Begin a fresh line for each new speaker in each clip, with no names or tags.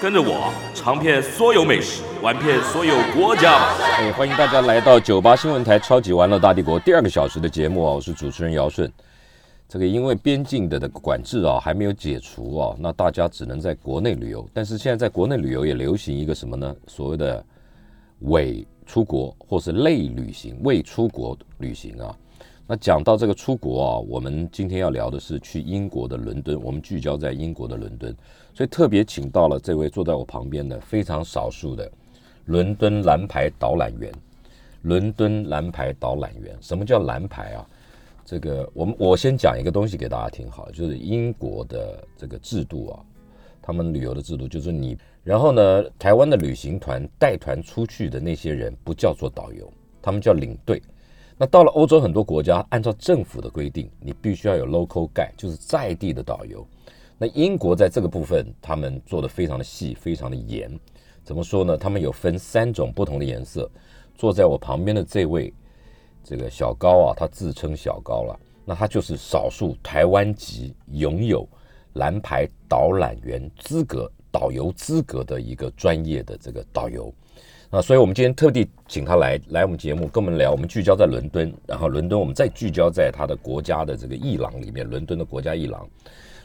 跟着我尝遍所有美食，玩遍所有国家吧。
哎，欢迎大家来到九八新闻台《超级玩乐大帝国》第二个小时的节目啊，我是主持人尧舜。这个因为边境的的管制啊还没有解除啊，那大家只能在国内旅游。但是现在在国内旅游也流行一个什么呢？所谓的伪出国或是类旅行、未出国旅行啊。那讲到这个出国啊，我们今天要聊的是去英国的伦敦，我们聚焦在英国的伦敦，所以特别请到了这位坐在我旁边的非常少数的伦敦蓝牌导览员。伦敦蓝牌导览员，什么叫蓝牌啊？这个我们我先讲一个东西给大家听好了，就是英国的这个制度啊，他们旅游的制度就是你，然后呢，台湾的旅行团带团出去的那些人不叫做导游，他们叫领队。那到了欧洲很多国家，按照政府的规定，你必须要有 local guide，就是在地的导游。那英国在这个部分，他们做的非常的细，非常的严。怎么说呢？他们有分三种不同的颜色。坐在我旁边的这位，这个小高啊，他自称小高了，那他就是少数台湾籍拥有蓝牌导览员资格、导游资格的一个专业的这个导游。啊，所以我们今天特地请他来来我们节目，跟我们聊。我们聚焦在伦敦，然后伦敦我们再聚焦在他的国家的这个艺廊里面，伦敦的国家艺廊。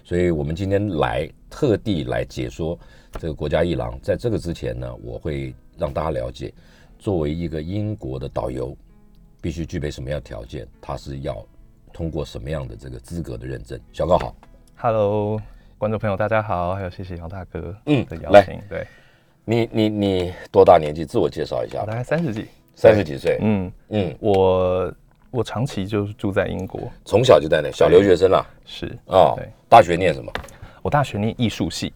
所以我们今天来特地来解说这个国家艺廊。在这个之前呢，我会让大家了解，作为一个英国的导游，必须具备什么样的条件，他是要通过什么样的这个资格的认证。小高好，
Hello，观众朋友，大家好，还有谢谢杨大哥
嗯
的邀
来
请，对
你你你多大年纪？自我介绍一下
我大，概三十几，
三十几岁，
嗯，
嗯，
我我长期就是住在英国，
从小就在那，小留学生了
是
啊
对，
大学念什么？
我大学念艺术系，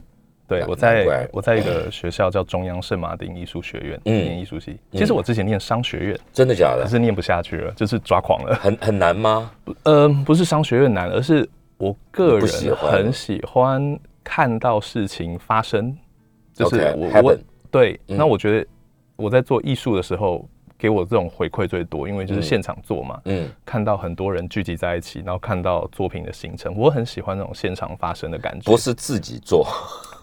对
难
我
啊难怪嗯
在我在一个学校叫中央圣马丁艺术学院、念艺术系，其实我之前念商学院，
真的假
可
的？
是念不下去了，就是抓狂了，
很很难吗？
嗯、不是商学院难，而是我个
你不喜
人
欢
很喜欢看到事情发生，就是
OK，
我我
happen 嗯
对，那我觉得我在做艺术的时候，给我这种回馈最多，因为就是现场做嘛，
嗯，
看到很多人聚集在一起，然后看到作品的形成，我很喜欢那种现场发生的感觉。
不是自己做，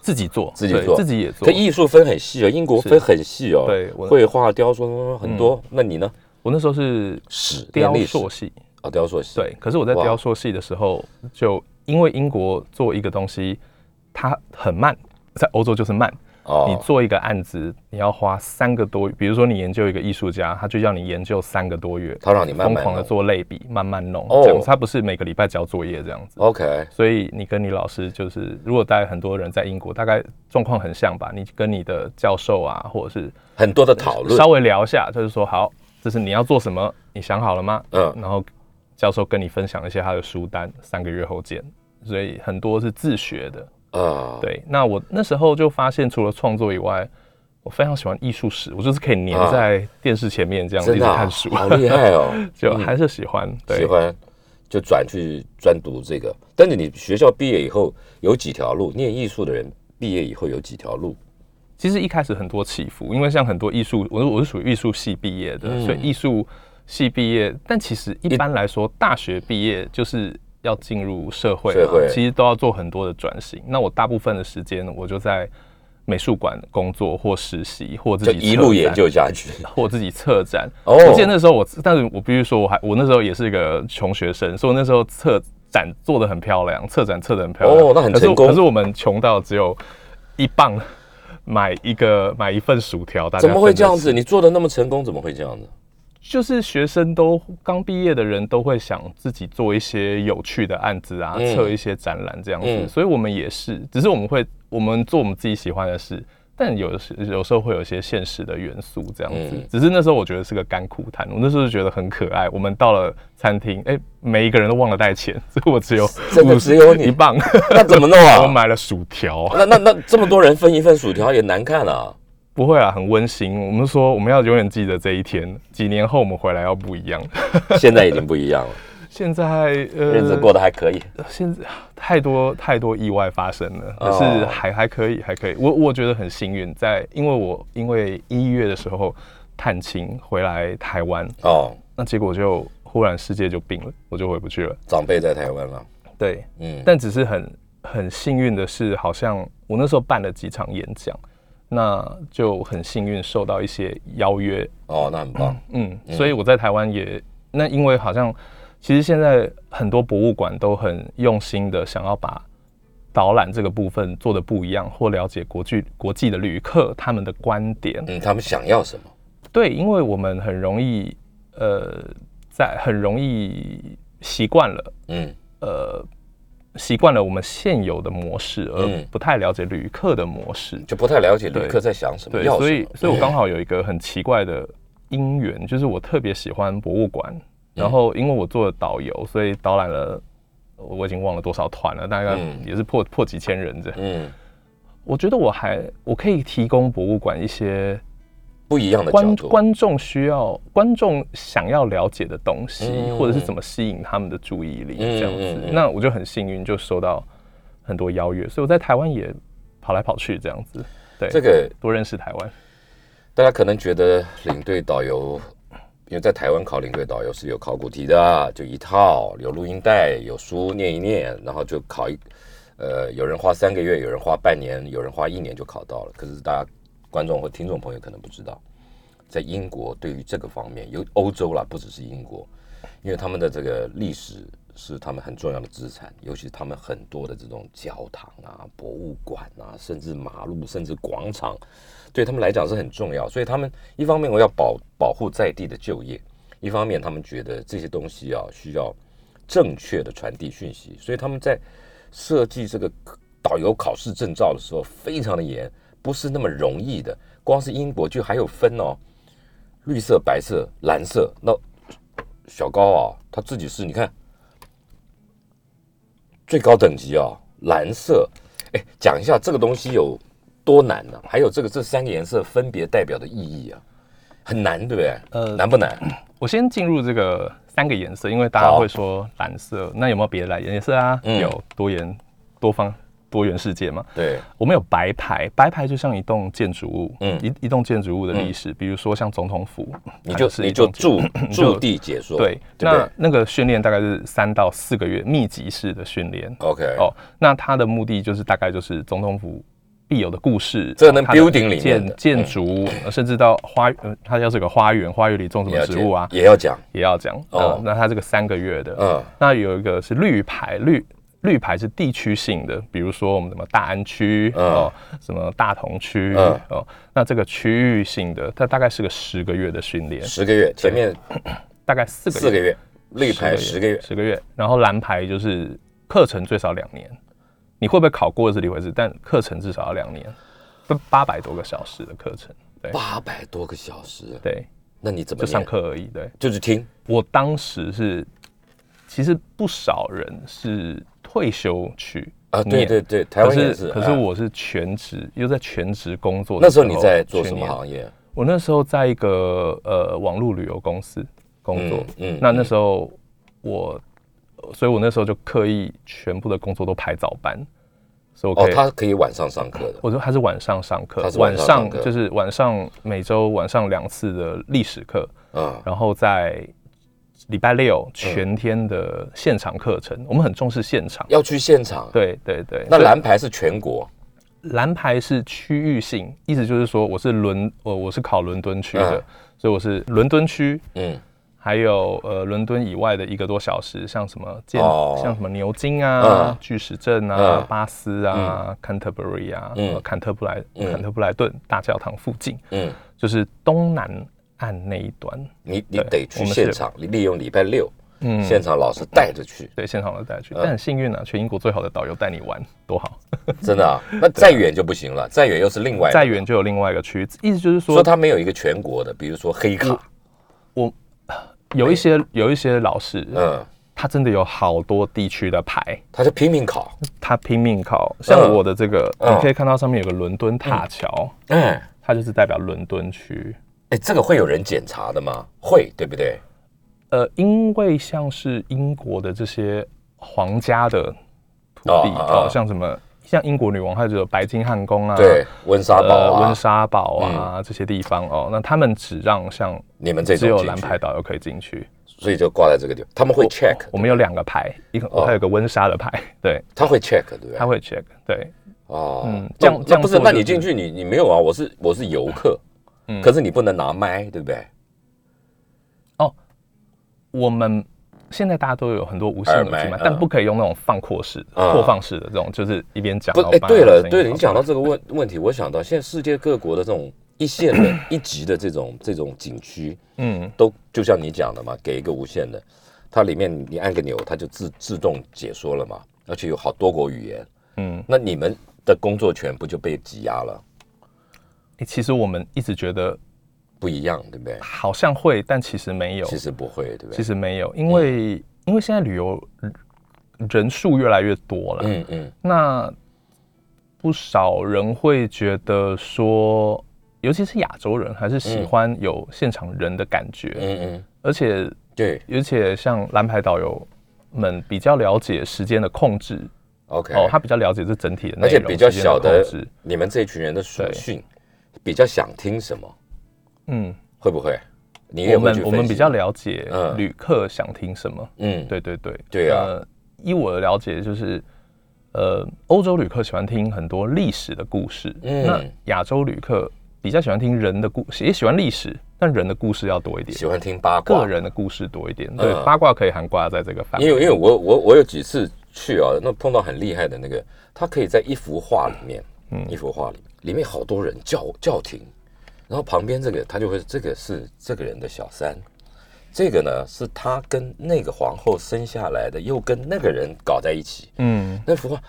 自己做，
自己
对
做
自己也做
可。艺术分很细哦，英国分很细哦，
对我嗯
绘画、雕塑很多。那你呢？
我那时候是
史
雕
念历史
塑系，
啊，雕塑系，
对，可是我在
哇
雕塑系的时候，就因为英国做一个东西，它很慢，在欧洲就是慢。
哦，
你做一个案子，你要花三个多，比如说你研究一个艺术家，他就要你研究三个多月，
他让你慢慢
疯狂的
弄
做类比，慢慢弄，
哦
这样子他不是每个礼拜交作业这样子。
OK，
所以你跟你老师就是，如果大概很多人在英国，大概状况很像吧？你跟你的教授啊，或者是
很多的讨论
稍，微聊一下，就是说好，这是你要做什么，你想好了吗？
嗯
然后教授跟你分享一些他的书单，三个月后见。所以很多是自学的，
啊，
对，那我那时候就发现，除了创作以外，我非常喜欢艺术史，我就是可以黏
啊
在电视前面这样子
真
一直
的啊
看书，
好厉害哦，
就还是喜欢，对，
喜欢就转去专读这个。但是你学校毕业以后有几条路？念艺术的人毕业以后有几条路？
其实一开始很多起伏，因为像很多艺术，我是我是属于艺术系毕业的，所以
嗯
艺术系毕业，但其实一般来说，大学毕业就是要进入社会嘛，
社会
其实都要做很多的转型。那我大部分的时间，我就在美术馆工作或实习，或自
就
己
一路
策展
研究下去。
或自己策展。
哦
我记得那时候我，但是我必须说，我还我那时候也是一个穷学生，所以我那时候策展做的很漂亮，策展策的很漂亮。
哦那很
可是
成功
可是我们穷到只有一磅买一个买一份薯条，大 家
怎么会
分着
这样
吃
子？？你做的那么成功，怎么会这 样子？
就是学生都刚毕业的人都会想自己做一些有趣的案子啊，
嗯
测一些展览这样子，
嗯
所以我们也是，只是我们会我们做我们自己喜欢的事，但有时有时候会有一些现实的元素这样子。
嗯
只是那时候我觉得是个甘苦谈，我那时候就觉得很可爱。我们到了餐厅，哎、每一个人都忘了带钱，所以我只有
真的
50
只有你
一磅，
那怎么弄
我
啊？
买了薯条。
那那那这么多人分一份薯条也难看啊！
不会啊，很温馨。我们说我们要永远记得这一天，几年后我们回来要不一样。
现在已经不一样了，
现在呃，
日子过得还可以。
现在太多太多意外发生了，可
哦
是还还可以，还可以。我我觉得很幸运，在因为我因为一月的时候探亲回来台湾，
哦，
那结果就忽然世界就病了，我就回不去了。
长辈在台湾了，
对，
嗯，
但只是很很幸运的是，好像我那时候办了几场演讲，那就很幸运受到一些邀约，
哦，那很棒，
嗯，所以我在台湾也那因为好像其实现在很多博物馆都很用心的想要把导览这个部分做的不一样，或了解国际国际的旅客他们的观点。
嗯，他们想要什么？
对，因为我们很容易呃，在很容易习惯了。
嗯，
呃习惯了我们现有的模式，而
嗯
不太了解旅客的模式。
就不太了解旅
对
客在想什么，
对，
要
所
什
以
么。
所以我
嗯
刚好有一个很奇怪的因缘， 就是我特别喜欢博物馆，
嗯
然后因为我做了导游，所以导览了。我已经忘了多少团了，大概
嗯
也是破、破几千人这样。
嗯，
我觉得我还我可以提供博物馆一些
不一样的角
观
度，
观众需要、观众想要了解的东西，
嗯
或者是怎么吸引他们的注意力
嗯
这样子。
嗯嗯
那我就很幸运，就收到很多邀约，所以我在台湾也跑来跑去这样子。对，
这个
多认识台湾。
大家可能觉得呃领队导游，因为在台湾考领队导游是有考古题的，就一套，有录音带，有书念一念，然后就考一，呃，有人花三个月，有人花半年，有人花一年就考到了。可是大家观众或听众朋友可能不知道，在英国对于这个方面，有欧洲啦，不只是英国，因为他们的这个历史是他们很重要的资产，尤其是他们很多的这种教堂啊、博物馆啊，甚至马路、甚至广场，对他们来讲是很重要。所以他们一方面我要保保护在地的就业，一方面他们觉得这些东西啊需要正确的传递讯息，所以他们在设计这个导游考试证照的时候非常的严，不是那么容易的。光是英国就还有分哦，绿色、白色、蓝色。那小高啊，他自己是你看最高等级啊，蓝色。哎，讲一下这个东西有多难呢、还有这个这三个颜色分别代表的意义啊，很难，对不对？
呃
难不难？
我先进入这个三个颜色，因为大家
好
会说蓝色，那有没有别的蓝颜色啊？
哦嗯
有多元、多方、多元世界嘛？
对，
我们有白牌，白牌就像一栋建筑物，
嗯
一一栋建筑物的历史，比如说像总统府，
你
它
就是
一
你就
栋建
驻
嗯就
驻地解说，
对，
对不
那
对
那个训练大概是三到四个月密集式的训练。
？OK，
哦，那它的目的就是大概就是总统府必有的故事，
这能
它的
building 里面的嗯
建建筑，呃甚至到花，呃它要是有个花园，花园里种什
也
么
要
植物啊
讲，也要讲，
也要讲。
哦
哦，那它这个三个月的，
嗯
那有一个是绿牌，绿绿牌是地区性的，比如说我们什么大安区、
嗯
哦，什么大同区、
嗯
哦，那这个区域性的，它大概是个十个月的训练，
十个月，前面
大概四个月
四个月，绿牌十
十
个月，
十个月，然后蓝牌就是课程最少两年，你会不会考过是一回事，但课程至少要两年，八八百多个小时的课程，对
八百多个小时，
对，
那你怎么
就上
念？
课而已。对
就是听，
我当时是，其实不少人是退休去
啊对
念
对对台湾
可
也是
可是
啊
我是全职，又在全职工作的
那时
时
候
候
你在做
去
什么
念
行业？
我那时候在一个呃网络旅游公司工作，
嗯嗯
那那时候我，所以我那时候就刻意全部的工作都排早班，所以我
哦
可，以，
他可以晚上上课的，
我说还是晚上上课
他，是晚上上课
就是晚上每周晚上两次的历史课，
嗯，
然后在礼拜六全天的现场课程，我们很重视现场，
要去现场。
对对对，
那
所以
蓝牌是全国，
蓝牌是区域性，意思就是说我是伦，我我是考伦敦区的，
嗯
所以我是伦敦区。
嗯，
还有呃，伦敦以外的一个多小时，像什么建，
哦
像什么牛津啊、
嗯
巨石阵啊、
嗯
巴斯啊、坎特伯瑞啊、
嗯
呃坎特布莱、
嗯
坎特布莱顿大教堂附近，
嗯，
就是东南岸那一端，
你你得
对
去
我们
现
是
场，你利用礼拜六，
嗯
现场老师带着去，
对，现场的带去。
呃
但很幸运啊，全英国最好的导游带你玩，多好！
真的啊。那再远就不行了，再远又是另外的。
再远就有另外一个区，意思就是
哎说
说，
他没有一个全国的，比如说黑卡，
我有一些有一些老师，
嗯，
他真的有好多地区的牌，
他就拼命考，
他拼命考。像我的这个，
嗯
你可以看到上面有个伦敦塔桥。
嗯，
它就是代表伦敦区。
哎，这个会有人检查的吗？会，对不对？
呃，因为像是英国的这些皇家的土地
哦哦
哦，像什么像英国女王，还有白金汉宫啊，
对，温莎堡
呃
啊，嗯
温莎堡啊这些地方哦，那他们只让像
你们这
只
种
有
进
蓝
去
牌，导游可以进去。
所以就挂在这个地方。他们会 check，
我们有两个牌，一个我还有个温莎的牌，对，
他会 check，对不对？
他会 check，对，
哦，
嗯
那
这样这
那
样
不是？
做
那你
就是
进去，你你没有啊？我是我是游客，
嗯
可是你不能拿麦，对不对？
我们现在大家都有很多无线耳
耳
机
麦
嘛
嗯，
但不可以用那种放扩式的、
嗯
扩放式的这种，就是一边讲
不，
然后
哎，
把
对
那个
了，
声音
对了，
放
你
出来
讲到这个 问问题，我想到现在世界各国的这种一线的、一级的这种这种景区，
嗯
都就像你讲的嘛，给一个无线的，它里面你按个钮，它就自自动解说了嘛，而且有好多国语言，
嗯、
那你们的工作权不就被挤压了？
诶其实我们一直觉得
不一样，对不对？
好像会，但其实没有，
其实嗯不会，对不对？
其实没有，因为、因为现在旅游人数越来越多了，
嗯嗯，
那不少人会觉得说，尤其是亚洲人，还是喜欢有现场人的感觉，
嗯嗯，
而且
对
而且像蓝牌导游们比较了解时间的控制
，OK，
哦，他比较了解这整体的内容，
而且比较
时间
小的
控制，
你们这群人的属
对
性，比较想听什么，
嗯，
会不会？你也
我
会去
们
分
我
析
们比较，了解
嗯
旅客想听什么，
嗯，
对对对，
对啊
呃，依我的了解就是。呃，欧洲旅客喜欢听很多历史的故事，
嗯
那亚洲旅客比较喜欢听人的故事，也喜欢历史，但人的故事要多一点
喜，欢听八卦
个。人的故事多一点。对，
嗯
八卦可以涵盖在这个范
因
围。
为因为我我我有几次去啊，那碰到很厉害的那个，他可以在一幅画里面，嗯，一幅画里里面好多人叫叫停，然后旁边这个他就会这个是这个人的小三，这个呢是他跟那个皇后生下来的，又跟那个人搞在一起，
嗯，
那幅画。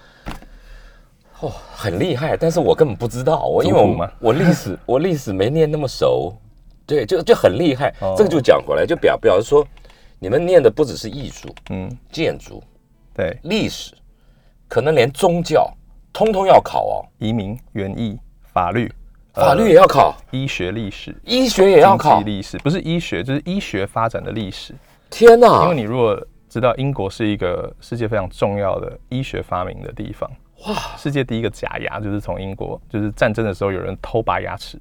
哦，很厉害，但是我根本不知道，我因为
族谱
我
吗
我历史我历史没念那么熟，对，就就很厉害。
哦
这个就讲回来，就表表示说，你们念的不只是艺术，
嗯，
建筑、
对，
历史，可能连宗教通通要考哦，
移民、园艺、法律、
法律也要考，
医学历史、
医学也要
呃经
考
济。历史，不是医学，就是医学发展的历史。
天
因
哪
为，你如果知道英国是一个世界非常重要的医学发明的地方，哇，世界第一个假牙就是从英国，就是战争的时候有人偷拔牙齿，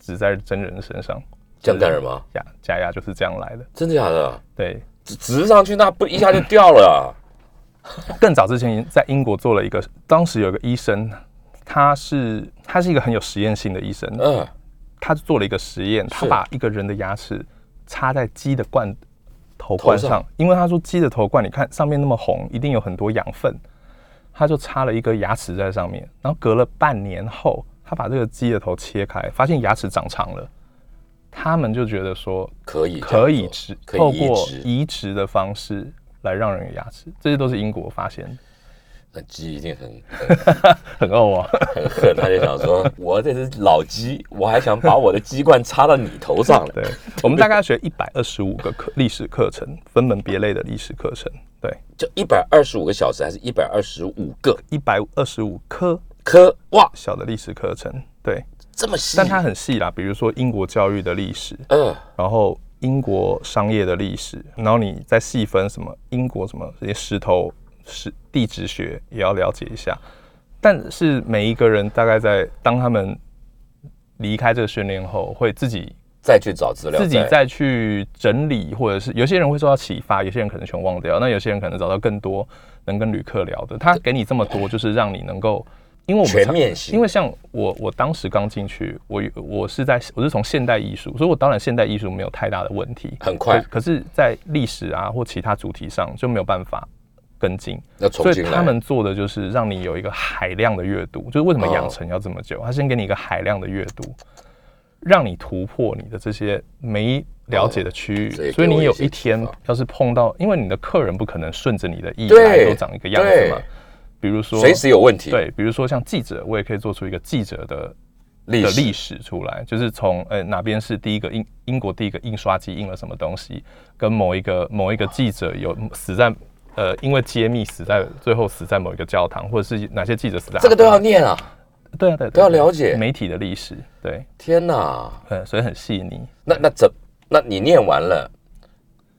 指在真人身上，
这样干什么？
假假牙就是这样来的。
真的假的？
对，
直直上去那不一下就掉了啊。
更早之前在英国做了一个，当时有一个医生，他是他是一个很有实验性的医生，
嗯，
他做了一个实验，他把一个人的牙齿插在鸡的罐头罐上，
头上
因为他说鸡的头罐，你看上面那么红，一定有很多养分，他就插了一颗牙齿在上面，然后隔了半年后，他把这个鸡的头切开，发现牙齿长长了，他们就觉得说
可以这样做，
可以植，
可
透
以
过
移植。
移植的方式来让人有牙齿，这些都是英国发现的，
那鸡一定很
很欧啊。
很恨， 他就想说，我这只老鸡，我还想把我的鸡冠插到你头上来。
对，我们大概学一百二十五个课历史课程，分门别类的历史课程。对，
就一百二十五个小时，还是一百二十五个
一百二十五科
科？哇，
小的历史课程。对，
这么细。
但它很细啦，比如说英国教育的历史，
嗯，
然后英国商业的历史，然后你再细分什么英国什么这些石头石地质学也要了解一下。但是每一个人大概在当他们离开这个训练后，会自己
再去找资料，
自己再去整理，或者是有些人会受到启发，有些人可能全忘掉，那有些人可能找到更多能跟旅客聊的。他给你这么多，就是让你能够，因为我们
全
常
面性
因为像我，我当时刚进去，我我是在我是从现代艺术，所以我当然现代艺术没有太大的问题，
很快
可可是，在历史啊或其他主题上就没有办法跟进。
要
所
重
以
新来。
他们做的就是让你有一个海量的阅读，就是为什么
哦
养成要这么久？他先给你一个海量的阅读，让你突破你的这些没了解的区域。
这也给
所以
我
你
一
有
些
一
启
天
发
要是碰到，因为你的客人不可能顺着你的意
对
来都长一个样子嘛
对。
比如说，
随时有问题。，
对，比如说像记者，我也可以做出一个记者的
历
的
史
历史出来，就是从呃哪边是第一个英英国第一个印刷机印了什么东西，跟某一个某一个记者有死在呃因为揭秘死在最后死在某一个教堂，或者是哪些记者死在
这个都要
阿富汗
念啊。
对啊对啊，
都要
对啊
了解
媒体的历史，对，
天哪，
呃，所以很细腻。
那那怎？那你念完了，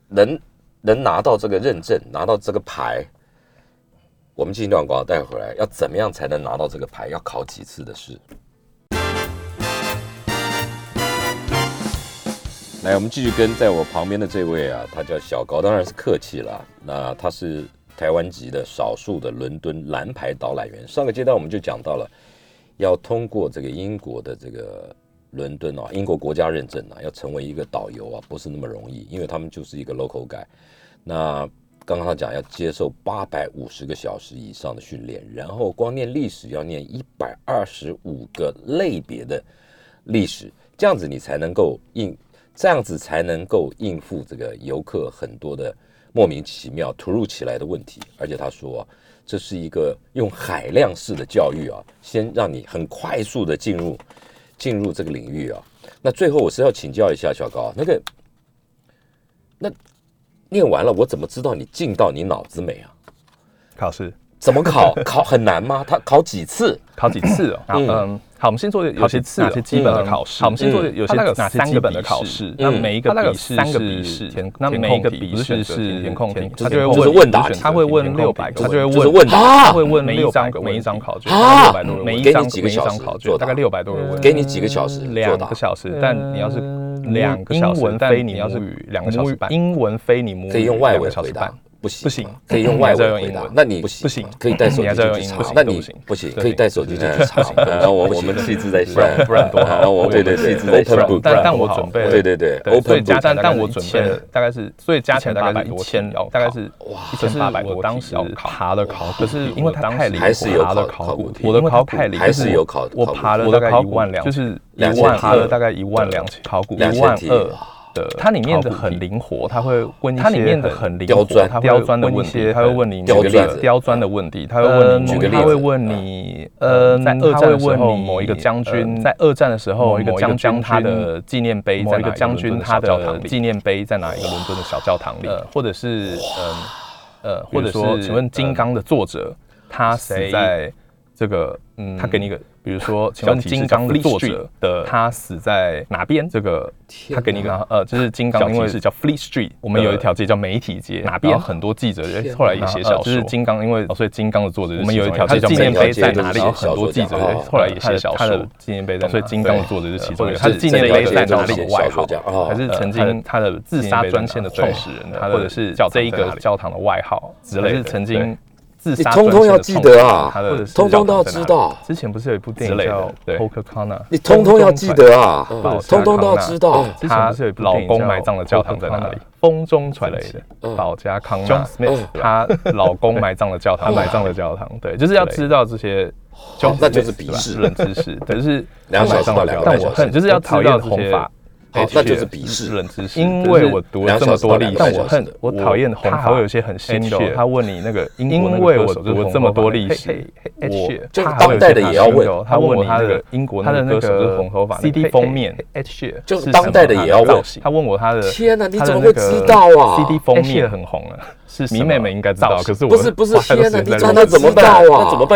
能能拿到这个认证，拿到这个牌，我们进一段广告带回来，要怎么样才能拿到这个牌？要考几次的试？来，我们继续跟在我旁边的这位啊，他叫小高，当然是客气啦。那他是台湾籍的少数的伦敦蓝牌导览员。上个阶段我们就讲到了，要通过这个英国的这个伦敦啊，英国国家认证啊，要成为一个导游啊，不是那么容易，因为他们就是一个 local guy。那刚刚他讲要接受八百五十个小时以上的训练，然后光念历史要念一百二十五个类别的历史，这样子你才能够应，这样子才能够应付这个游客很多的莫名其妙、突如其来的问题。而且他说、啊，这是一个用海量式的教育啊，先让你很快速的进入进入这个领域啊。那最后我是要请教一下小高，那个那念完了，我怎么知道你进到你脑子没啊？
考试
怎么考？考很难吗？他考几次？
考几次哦？
嗯
嗯嗯，好，我们先做有些次哦
哪些基本的考
嗯
试
好，我们先做有些
它大概有
哪些
三个
基本
笔
的考
试
试？
嗯
每一
它大概有
是
三个笔试填
那每一个
填空题
笔
不是
试
选择题
是
填空题
他就会
就是
问
问答题
他会问
填空
六
题
百个
就
问题，他就
是
就是
会
问啊
问
答
他会问
每一
600
张
个
个
每一
问
张
题
考卷，
啊
六百多个
嗯
问题，每
给你
一张
几个
每一
小
张
时
考
作
卷
答
大概六百多个问题，
给你几个小时作
两
答
个？小时，但你要是两个小时，
英文
但
非你
你要是
母语
两个小时
母语
半，英文非你母语
可以用外文
嗯两个小
回
时
答
半，
不行吗
不行
可以用外
你还是要
文
用
回答
英，文
那你不
不行
可以带手机
你还是要
进
用
去
英
查
文，
那
都
你
不行
不行，
对
可以带手机进去查。然后我我们是一直在想
不然，不然多好
然后我对对是一直在想
Open book，但但我
好
准备了
对对对
对，所以
，open
加
book，
但
大概
但
是
我准备了
1800
大概是，所以加起来大概是
1800
一千，大概是
哇
一千八百多
我
题
当时
要
要
考
爬的考古
可
题，
是因为它
我当
太
时
离谱
还是有
爬的
考
考
古
古
题
题，我的
因为
考
它
太离谱，
还是有考
我
考古
爬了
题
大大概概一一万
万
两，
两
就是一
两千
万
题
爬了大概一万两千考古，
两
一
千
万
题
二的，它里面的很灵活，它会问它里面的很灵活，它会刁钻的问
问
题，
题
它会问你
举个例子
刁钻的嗯问题，它会问你
举个例子
它会问你，
呃
嗯呃，在
在二
二
战
战
的
的
时
时
候
候
某
某
一
一
个
个
将
将
军
军，呃在二战的时候
某一个将军
他的纪念碑，
某一个将军
他
他的
的纪念碑在哪一个伦敦的小教堂里，呃或者是嗯呃，
比
或
如
者
说
说，请问《金刚》的作者他死
谁
在这个，嗯，他给你一个，比如说，请问《
提示
金
叫
刚》的
Fleet
作
Street
者
的
他死在哪边？这个
天
他给你一个
哪，
呃，就是《金刚
小》，
因为
提示叫 Fleet Street，
我们有一条
的
街叫媒体街，
哪边
然后很多记者哎
天哪
后来也写
然后
小说，
呃就是
哦金刚，因为所以金刚的作者
是
我们有一条
其
街
中
叫
一个他的纪念
碑在哪里
很多记者哎
哦
后来也写小
他的
说
他的，纪念碑在哪
所以金刚的作呃者是其中一个，
对或
他
者
的
是
纪念碑在
纪念碑
哪里
在
的
哪里
外
小说
号
家哦，
还是曾经呃他的自杀专线的创始人，
哦
他的或者是啊教这一个教堂的外号之类的，
之
还
类
是
的
曾经自
你
杀
通通要记得啊
专
通通
线的创始人他的
都要知道
之前不是有一部电
之
影
类的
叫《
对
Poker Corner》，
你通通要记得啊，
保加
通通都要知道啊
康纳。她哦老公埋葬的教堂在哪里？风中传奇
嗯，
保加康纳哦
John Smith
她老公埋葬的教 堂，
他埋
埋
葬
葬
的
的
教堂，
哦对，就是要知道这些 John Smith，对吧，
哦那就是鄙视
冷知 识，对，就是
两小时
她埋葬
到
的
两
教
个半
堂但
小
我
时
恨，就是要知道
红
这些
发。
好哦那就是鄙视
冷知识，
因为我读了这么多历
两
史，
小时到两
但我恨
个半小时
我讨厌红
他
发，还
还
会
会有
有
一
一
些
些
很
很
新
新
的
的。哦
他
他
问
问
你
你
那
那
个
个，
英
因
国那个
为
歌
我
手
读
就是
了这么
红头
多
发
历
嘿
史
嘿，嘿
我
Ed Sheeran
就是
他还
当
会有
代
一
的也
些大
要问
胸口
他
他问
问
我
你
他
那
的
个
英国
他
那个
的那
歌手就是
个
红头发嘿
CD
嘿
封面
嘿嘿 Ed Sheeran
就是
是
当代的
什么
也要问
造型他问我他的
天哪你
他的
怎么
那
会
个
知道啊
CD 封
Ed Sheeran
面很红啊，是迷
迷妹
妹
们
们
应
应该
该知
知
道
道，可
可是
是
我
我
不
不
是
是
不
不
是
是
哇他都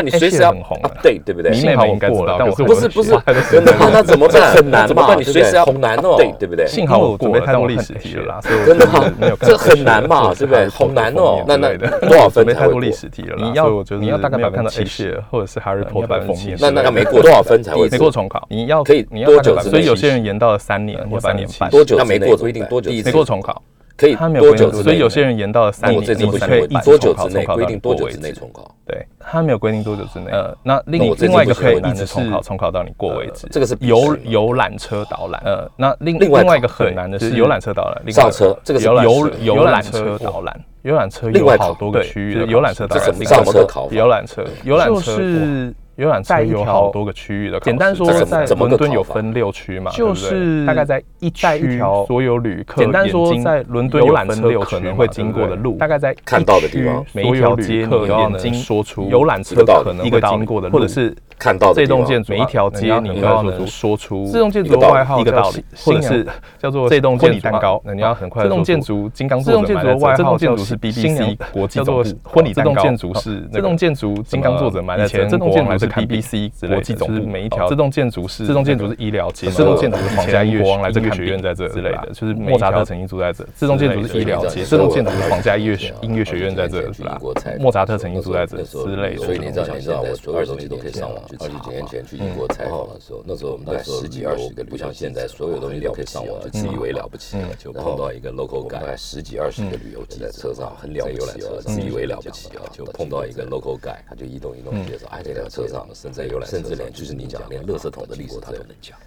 天
天
哪，
哪
你
你
那那怎么办啊那
知道怎么办？？
知道那我
怎么办？你随
那怎么办？你随
时
时
要啊，
要
对对不对？
迷
妹
妹
们
们
应
应
该
该
知
知
道
道，
可
可
是
是我
我
不是不是，真的吗？那怎么办？很难嘛，
不
对
是
不对？好难哦，对对不对？
幸好我准备太多
因为
历
我
史题
准备太多历史题
了
了
啦，所以我
真的
就
吗
是 没有？看
这
过
很难嘛，
是
对不对？
是
好难哦。那
是
那
是是
多少分
准备
才
太
会过？
多历史题了啦，
你要
所以我觉得
你要大概
没有看到
70%
H 或者是 Harry
你
Potter
要
的封面之
70%
那
类的，
那要没过多少分才会
没
过
过？重考，
你要
可以
你要大
多
概
久
百分
之
所
之
内
以有些人延到了三年
嗯
或三年半，
多久
那
之
没
内
过
规定多久之内？
没过重考，
可以
他没有
多
规定
久之内？
所以有些人延到了三
那
年，
我这次
你
不行
可以，
我
一
多
重
久
考
之内
重考
规
到
定
你
多
过
久
为
之
止
内重考？
对，他没有规定多久之内。呃，那另
那我这
另
次
外一呃
不
个
行
可
我
以
一
难
直
的重
是
考，重考到你过为止。
这个是笔试
游
吗
游览车导览。呃，那另
另外
另外一个
考
很难的是游览车导览，另外
上车这个是
游览
笔试
游
吗
游览车导览。游览车
另外
有
考
好多个
对
区域
这
的
个
游览车
考试
导
这
览
怎
另
么
外，
上车考法
游览车游览
就
车
是
游览车
在一
有
条
好多个区域的考试。
简单说
怎
这
么
在
怎么
伦
个
敦
考
有
法
分六区嘛，啊对
就
不对
是
大概在一
在一
区
条
所有旅客简单说
眼睛，
在伦敦
游
游
览
览
车
车可
可能
能
会
会
经
经
过
过
的
的
路
路，大概在
看到的地方
每一条街你要能说出
游
游
览
览
车
车
可
可
能
能
会
会
经
经
过
过
的
的
路
路，或者是
看到的
这
地方
栋建筑
每一条街
你
啊你
都
都要
要
能
能说出
这栋建筑
的外
号
一个
叫
道理，
新
或者是
娘
叫做
这栋
婚
建
礼
筑啊
蛋 糕，你要很快地
这
说出
栋建筑
金刚
作
这栋建筑
者埋在
的
这
外
这栋
号
建
叫
筑是
新
BBC
娘
国际
叫做
总部哦
婚礼
这
蛋
栋
糕，哦
建筑是那
这
个
栋建筑金刚作者埋在
以前
这栋建筑是
是看
BBC
之类的
国际总
就是
部哦
每一条
这栋建筑是
这栋建筑是医疗街嘛，
这栋建筑是
以
皇
前
家
英
音
国
国王
王来
来
这
这
个
个
学
学
院
院
在
在
这
这
之
之
类
类
的
的，
就
就是是
每
莫扎
条
特曾经住在这，这栋建筑是医疗街，
之
这
类的
栋建筑是皇家音乐学音乐学院在这是
我以前
啦
去英国，
莫扎特曾经住在
啊
这
那时候
之类
所以
的。
你知道，你知道，我所有东西都可以上网去查。二十几年前去英国采访的时候，那时候我们大概十几二十个，不像现在所有东西都可以上网，就自以为了不起。就碰到一个 local guy，大概十几二十个旅游记者在车上很了不起哦，自以为了不起哦，就碰到一个 local guy，他就一动一动介绍，哎，这辆车上甚至游览，甚至连就是你讲连垃圾桶的历史他都能讲，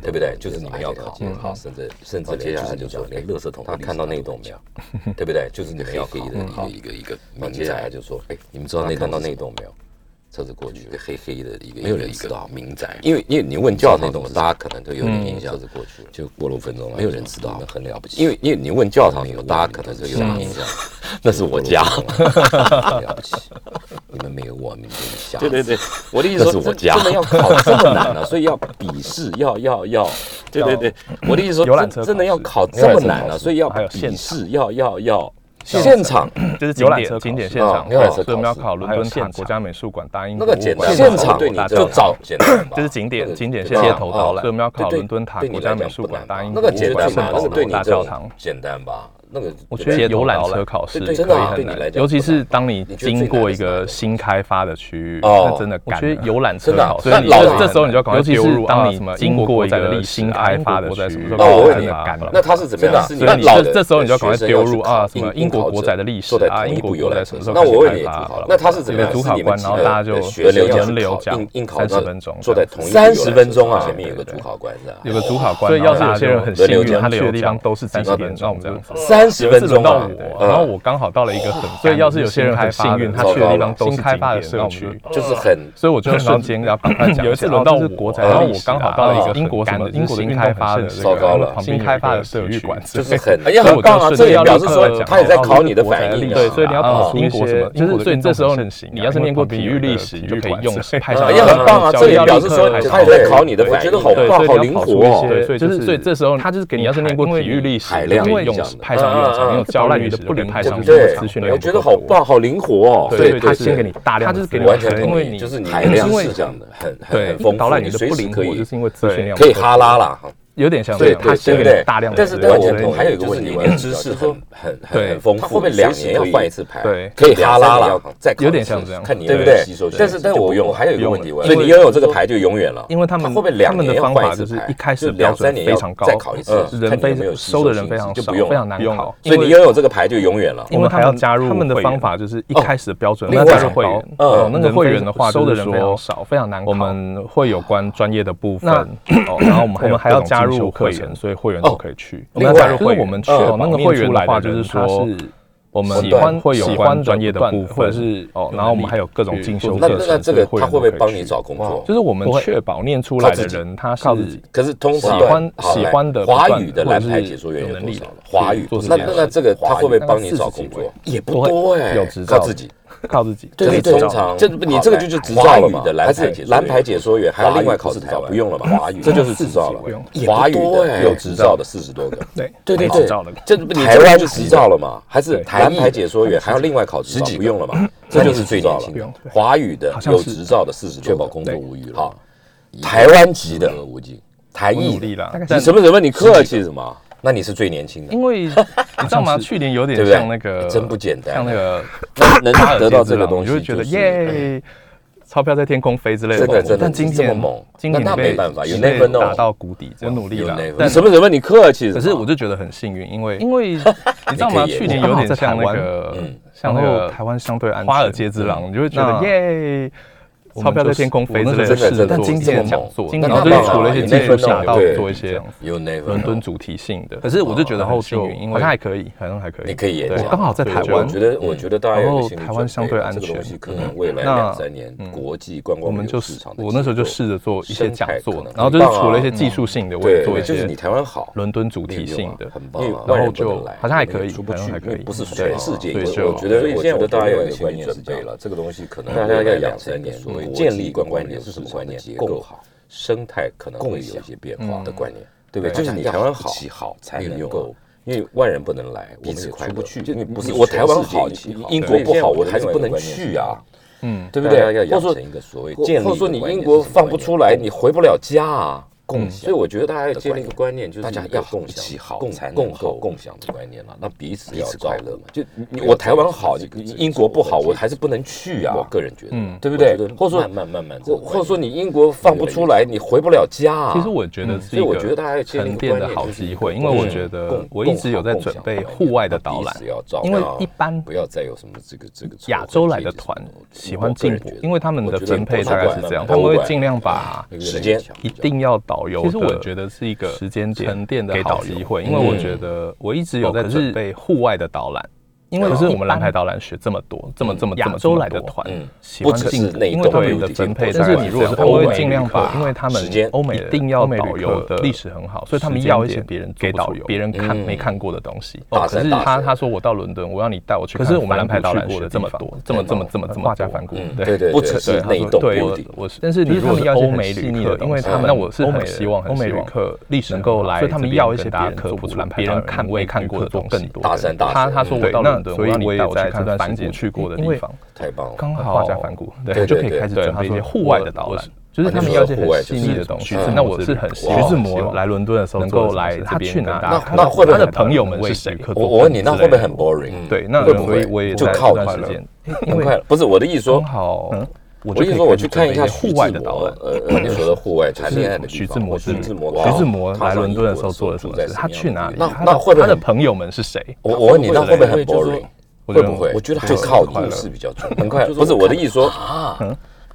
对不对？就是你们要考，好，甚至甚至接下来就说连垃圾桶，他看到那栋没有？对不对？就是你们要给的一个一个一个名嗯接下来就说，哎，你们知道那看到那栋没有？车子过去，一个黑黑的一个，没有人知道民宅，因为因为你问教堂那种，大家可能都有点印象。车子过去就过了五分钟了，没有人知道，很了不起。因为因为你问教堂以后，大家可能都有点印象，那是我家， 了不起，你们没有我，你们瞎。
对对对，我的意思
那
说，
是我
真
家
真的要考这么难啊，所以要笔试，要要要，对对对，我的意思说，
游览车
真真的要考
这
这
么
么
难
难
了，
啊，
所
所
以
以
要
要
还有
笔
现
试，要要要
现
现场
就是
游览车
景点
考试
现场
哦，游览车
所以我
考
们要
试
考伦
还有
敦
现
县
场
国家美术馆、大英
那
博
个
物
简单，
馆、
现场
大
对
英
你
博物
就
馆
找简单吧，
这是景
那
点
个
景点
对
街
吧
头
哦
导览，所以我们要考
对
伦敦塔、
对你
国
来
家
讲
美
不
术馆、
难吧
大英
那
博物
个简
馆、圣
单吧，那
保
个
罗
对你
大
这
教
种
堂。
简单吧，那个
我觉得游览车考试
对对真的
可以
啊对
很
你来
难，
讲
尤其
不
是
难
当你
你觉得最
经
难
过
的
一
是哪
个
个
新开发的区域，
哦
那真的
我
干了，
觉得游览车
真的啊
考试，
那
你
老
这
人
这时候你就要赶快
尤
丢
其是
入啊
当
什
你
么
经
英
过
国
一个
的
历史
新
啊
开
英
发
国
的
国在
区域
什么时，候
那我问
真
你
的干了
那他是怎么样啊？
真
是
的
那
所以你
老
这
的
这时候你就要赶快
学生要
丢入
去
啊
考
什么
应
英国
考
国
者
宅的历史
坐在
啊
同一
英国
部游
国
览
宅
车
什么
上
时
那我
候开始
问
开
你
发啊，
那他是怎么
有
样？
个主
是
考
你们
官
几
然后
个
大家就
学生要
轮
去
流
考
讲
应应考
30分钟
坐在同一部游览
30
车上
分钟啊
前面有个主考官是吧？
有个主考官，
所以要是有些人很幸
轮流
运，
讲
他去的地方都是三
三十
十
点
点，
钟
那我们这样子。
三十分钟
轮到
啊！
我，然后我刚好到了一个很，
所
所
以
以
要
要
是
是
有
有
些
些
人
人
很
很
幸
幸
运
运，
他
他
去
去
的
的
地
地
方
方
都
都
是
是
景点
开发的
那我
社
们
区，
就是很
所以我就
瞬
瞬
间
间
要
要
赶
赶快
快讲
讲。有
有一
一次
次轮
轮
到
到
我
我，然后
然后我
我
刚
刚
好
好
到
到
了
了
一
一
个
个
很干的
英国新
新开
开
发
发
的
的这
这个
糟
个
糕了
旁
新
边有一
开发的
个
社
社
区
区
馆
馆
之
就
类
是
的
很，而且
所以
很
我就
棒啊！
顺
这
便
也
要
表示
立
说
刻讲哦
他也在
到
考你的
英国
反
的
应
历
力
史
啊。
对，所以你要
啊
考出一
英国什
些
么，
就是所以你这时候
英国的运动很盛行啊
你要是念过体育历史，
英
你
国
就
的
可以
体育馆
用
之类的
派上
哎呀，很棒啊！这也表示说他也在考你的反应，
对，所以
好
你
灵
要
活
考出一
哦。
些，
对
就
就是
是所以这时候他就是给你，要是念过体育历史，
海量
因为
影
用
响的
派上用
嗯嗯
场，
嗯
因为教
教
烂
育
语
的
的
不
不
灵
灵派
活
上
对
用
对
场资讯，量
我
不
觉得
够
好棒，好灵活哦。
对
对，
他先给你大量
他
的
就是
资
给
料，
你
完全
因
同
为
意，
你
就是你
海
海量
量
是
是
这
这
样
样
的，很很
对
很丰
导
富，
览
你
员的
随
不
时
灵
可
活，就
以
是因为资讯量
可以哈拉啦。
有点像这
对
样，他
对
先
对
给
不
你
对？
大量的
但是
资料，
但我
所以
同还有一个问题，你的知识很很很很丰富，
他后面两年要换一次牌
随时可以
对
可以哈拉了，再考一次
有点像这样
看你
对
不
不
对
对？
但是但我我还有一个问题，
不用了
所以你拥有这个牌就永远了，
因为他们
后面两
他们
年
的
要
方
换
法
一次
就是
牌，
一开始
就两
标
三
准
年
非常高，
再考一次，看你有
人非
没有
常
吸
收
收
的人非常
性就
少，
不用
非常
了。
难
不用
考，
所以你拥有这个牌就永远了。
因为他
我们还要
们
加入
他们的
会员
方法就是一
哦
开始的标准
另
非
外
常
加
高，
入会员
哦
嗯，
那个会员的话
收的
就是
人非常
说
少，非常难考。
我们会有关专业的部分
那，
哦，然后我们
我们还
还有
要
各
加
种进修
入
课
会
程，
员
所以会员都可以去。
另
那
外
加入会
就是我
员，呃
们
确保
那个
念
会员
出
的
来
话
人
就是
他
说
是我们
喜
喜欢
欢
会有
喜
关
欢
专
的
业的
不断
部
或
分
者是
哦，
有
然后我们
能
还
力
有各种
去
进
做
修
这
那
课
个
那
程，
那这个
所以
他
会
会不会帮你
员
找
都可以去？
工作
就？是我们
不会
确保念出
靠
来的
自己
人他
靠自己
是
可是通常
喜欢
好来
喜欢的
华
不断
语的
或者
蓝牌
是
解说员有多少了？
有能力
华语
做这
那
件
那
事
那这个他会不会
华语
帮你
大
找
概40几
工
位
作？也不多哎，
有执照
靠自己。
靠自己，
对
这
对
是
对，
重
这你这个就就执照了嘛？
华语的蓝
还
牌
是
解说员
蓝牌解说员还要另外考
华语不是
执照，
台湾
不用了吧？华语这就是执照了
不用，
华语
也不多
的
哎
有执照的四十多个。
对
对对
没
对
执照的，
这不你台湾就执照了嘛？还是
台
蓝牌解说员还要另外考执照，不用了嘛？这就是最年轻
不用
的
对
华语的
好像
有
是
执照的四十多个，
确保工作无虞了
好，台湾籍的无尽，台
我
裔
努力啦
的，
但
你什么什么？你客气什么？那你是最年轻的
因， 为你知道吗？去年有点
对不对哎
像那个，
真不简单
像那个
能能
华尔街
得到这
之
个
狼
东
你
西，
就会觉得。耶，钞票在天空飞之类
真的
的。
真的
但今
这么
天
猛
今
那
年
那
被
没办法，you
被
never know
打到谷底，我努力
有
了
那。个，
但
你什么什么？你客气什么？
可是我就觉得很幸运，因为因为 你知道
你可
吗？
以演
去年
我刚
有
好
点
在
像
台
那
湾
个
嗯
像那
然后
个
台湾相对安全
华尔街之狼，你就会觉
那
得耶。
我们
钞票在
就是
天空
我
飞
那
之类
时候
的事
真的
情，
但今年
讲
猛
座，
今
然
年
后就
没
是
办法
除了一些
你
技术
never
下
know，
到
对
做一些
You never
伦敦
know
主题性的。可是我就觉得很幸运，因为好像还可以，好像还可以。
你可以演
对
讲
我刚好在台湾嗯
我觉得，我觉得大家有一个心理
然后台湾相对安全
准
嗯
备这个东西可能未来
那嗯
两三年国际观
我
光
们
旅游
就
市
是
场的
我那时候就
节奏
试着做一些讲
生态可
座
能，啊
然后就是除了一些技术性的，我
嗯
也
对，
做一
就是
些
你台湾好，
伦敦主题性的，
很棒
然
啊，
后就好像还可以，
出不
好
去
像还可以，
不是啊
对
全世界
对，
有。
就
我觉得，
对
我
现
觉
在我觉得
得大家有一
有一
个观
个
念
心理
准
准备
备了，
了
这个东西可能
大家要
两
养
三
成
年，
所谓
建
建
立
立
观
观
光
光
旅
旅
游
游
市
市
场
场
观
观
念
念
结
结
构
构
好
好，
生态可能会有一些变化的观念，对不对？就是你台湾好，起好才能够。因为外人不能来，我们也出不去。因为不是我台湾好，英国不好，我还是不能去啊。
嗯，对不对？
大家要
或者
养成一个所谓
或
建立一个
或者说你
观念
英国
是什么
放不
观念
出来，你回不了家啊。
共
所以
享，
我觉得大家要
要建立一个观念，就是
大家
一个
要
共
一起
享，
好，
共才能
共
够
好
共享的观念了。
那彼此
彼
要
此
招
快乐嘛
就你
不要
我台湾好，
这个
你
这个
英国不好，
这个
我还是不能去啊
我。个人觉得，
嗯
对不对
我觉得
或者说
慢慢慢慢这
或
个观念，
或者说你英国放不出来，你回不了家啊。
其实我觉得
嗯
是
所以
一
我觉得大家
个
要建立一
沉
个
淀
观
的
念
好
就是一
机
个
会，因为我
嗯
觉得
共
我一直有在
共好
准备
共享
户外的
彼
导览
此要照，
因为
料
一般
不要再有什么这个这个
亚洲来
仇
的
恨阶级
团
什么的
喜
我
欢
个
进
人
补
觉，得
因为他们
我
的
觉得
分配大
博物
概
馆
是这样，
嘛
他
博
们
物
会
馆
尽量把
那个
时
人
间
墙
一
比较
定要导游的。
其实我
觉
觉
得是一个时间点沉淀的
给
好
导游
机
嗯
会，因为我觉得我一直有在
哦可是
准备户外的导览。因为
可
是
是
我们蓝牌导览学这么多，这么这么这么
亚洲来的
这么多
团
嗯喜
不
欢
只
进
是
步
那一
因为
栋
对
楼
的
顶
分
多
配
大
上来
概
讲，但是你如
是
果是
欧
欧美，
美
尽量
旅客
把，因为他们
时间
欧美
一
的
定
要
欧美旅
导游
客
的
的
历史很好，所以他们
时间
要一些
点
别
给
人做不出
导游
别人看
嗯
没看过的东西。
大
可
山
是
大
他
水
他说我到伦敦，我要你带我去
可
看
是我们
蓝牌
蓝
导
牌
览
去
学
过的
这么
地方
多，这么这么这么这么画家梵谷，
嗯
对
对对，
不只
对
是
对
他
那一
说
栋
对，
屋
我
顶，
我是，但是
就是
你如
他们要
果是
一些
欧
很
美
细
旅
腻
客
的，
因
东
为
西
他们
啊
那我是
欧
很
美
希望
欧
欧美
美
旅
旅
客历史
能够来
所以他们
这边
要一
跟
些
别
别人
人科
做不
普
出来，
蓝牌
别
导
人
览
看
给
未
旅
看过
客
的
做
东
更
西
多大山大
他
水
他说我
对
到
那
伦敦，
所以
我要你
我也
带我
在
去
这
看
段
梵
时
谷
间
去过的
因
地
为
方。
太棒了，
刚好画家反骨，
对
我就可
对
以
对
开始
对
准
他
备一些
说
户外
我
的导
我
览
是，
就是
啊
他
你
们
说
要一些
户外
很
就
细腻
是
的东西
徐志。
那
摩
我
之
是
旅
很希
哇
望
徐志
希
摩
望来伦敦的时候能做够的来东西他这边去跟哪
那
大家看
那
到
会不会
他的
很
朋友们
会
是
是
谁？
我多
做分
我
子
问你，那
之
会不会
类的
很 boring？
对，那
会不
所以
会
我也
就
在
靠
这
近
段时
了
间，因
嗯很
为
快乐？不是我的意思说
刚，好，
嗯
我
我
就
意
可
思
以
说我
开始
去看一
准备
下
些
徐
户
志
外的
摩
导览。
呃 呃，你说的户外谈恋爱的地方，
徐志摩
我
之
徐
旅，
志摩，
徐志摩
他
来伦敦的时候
英国
做了什
住
么
在
事？
什么
他
样
去
的
哪
地
里？
方
他
那
的
会不会哦
他的
很
朋友们是谁？
我我问你，那会不会很
会就是
boring？
我
会
觉得
不会？
我
觉得
还是很
靠
快乐
故事比 较重要。很快，不是我的意思说啊，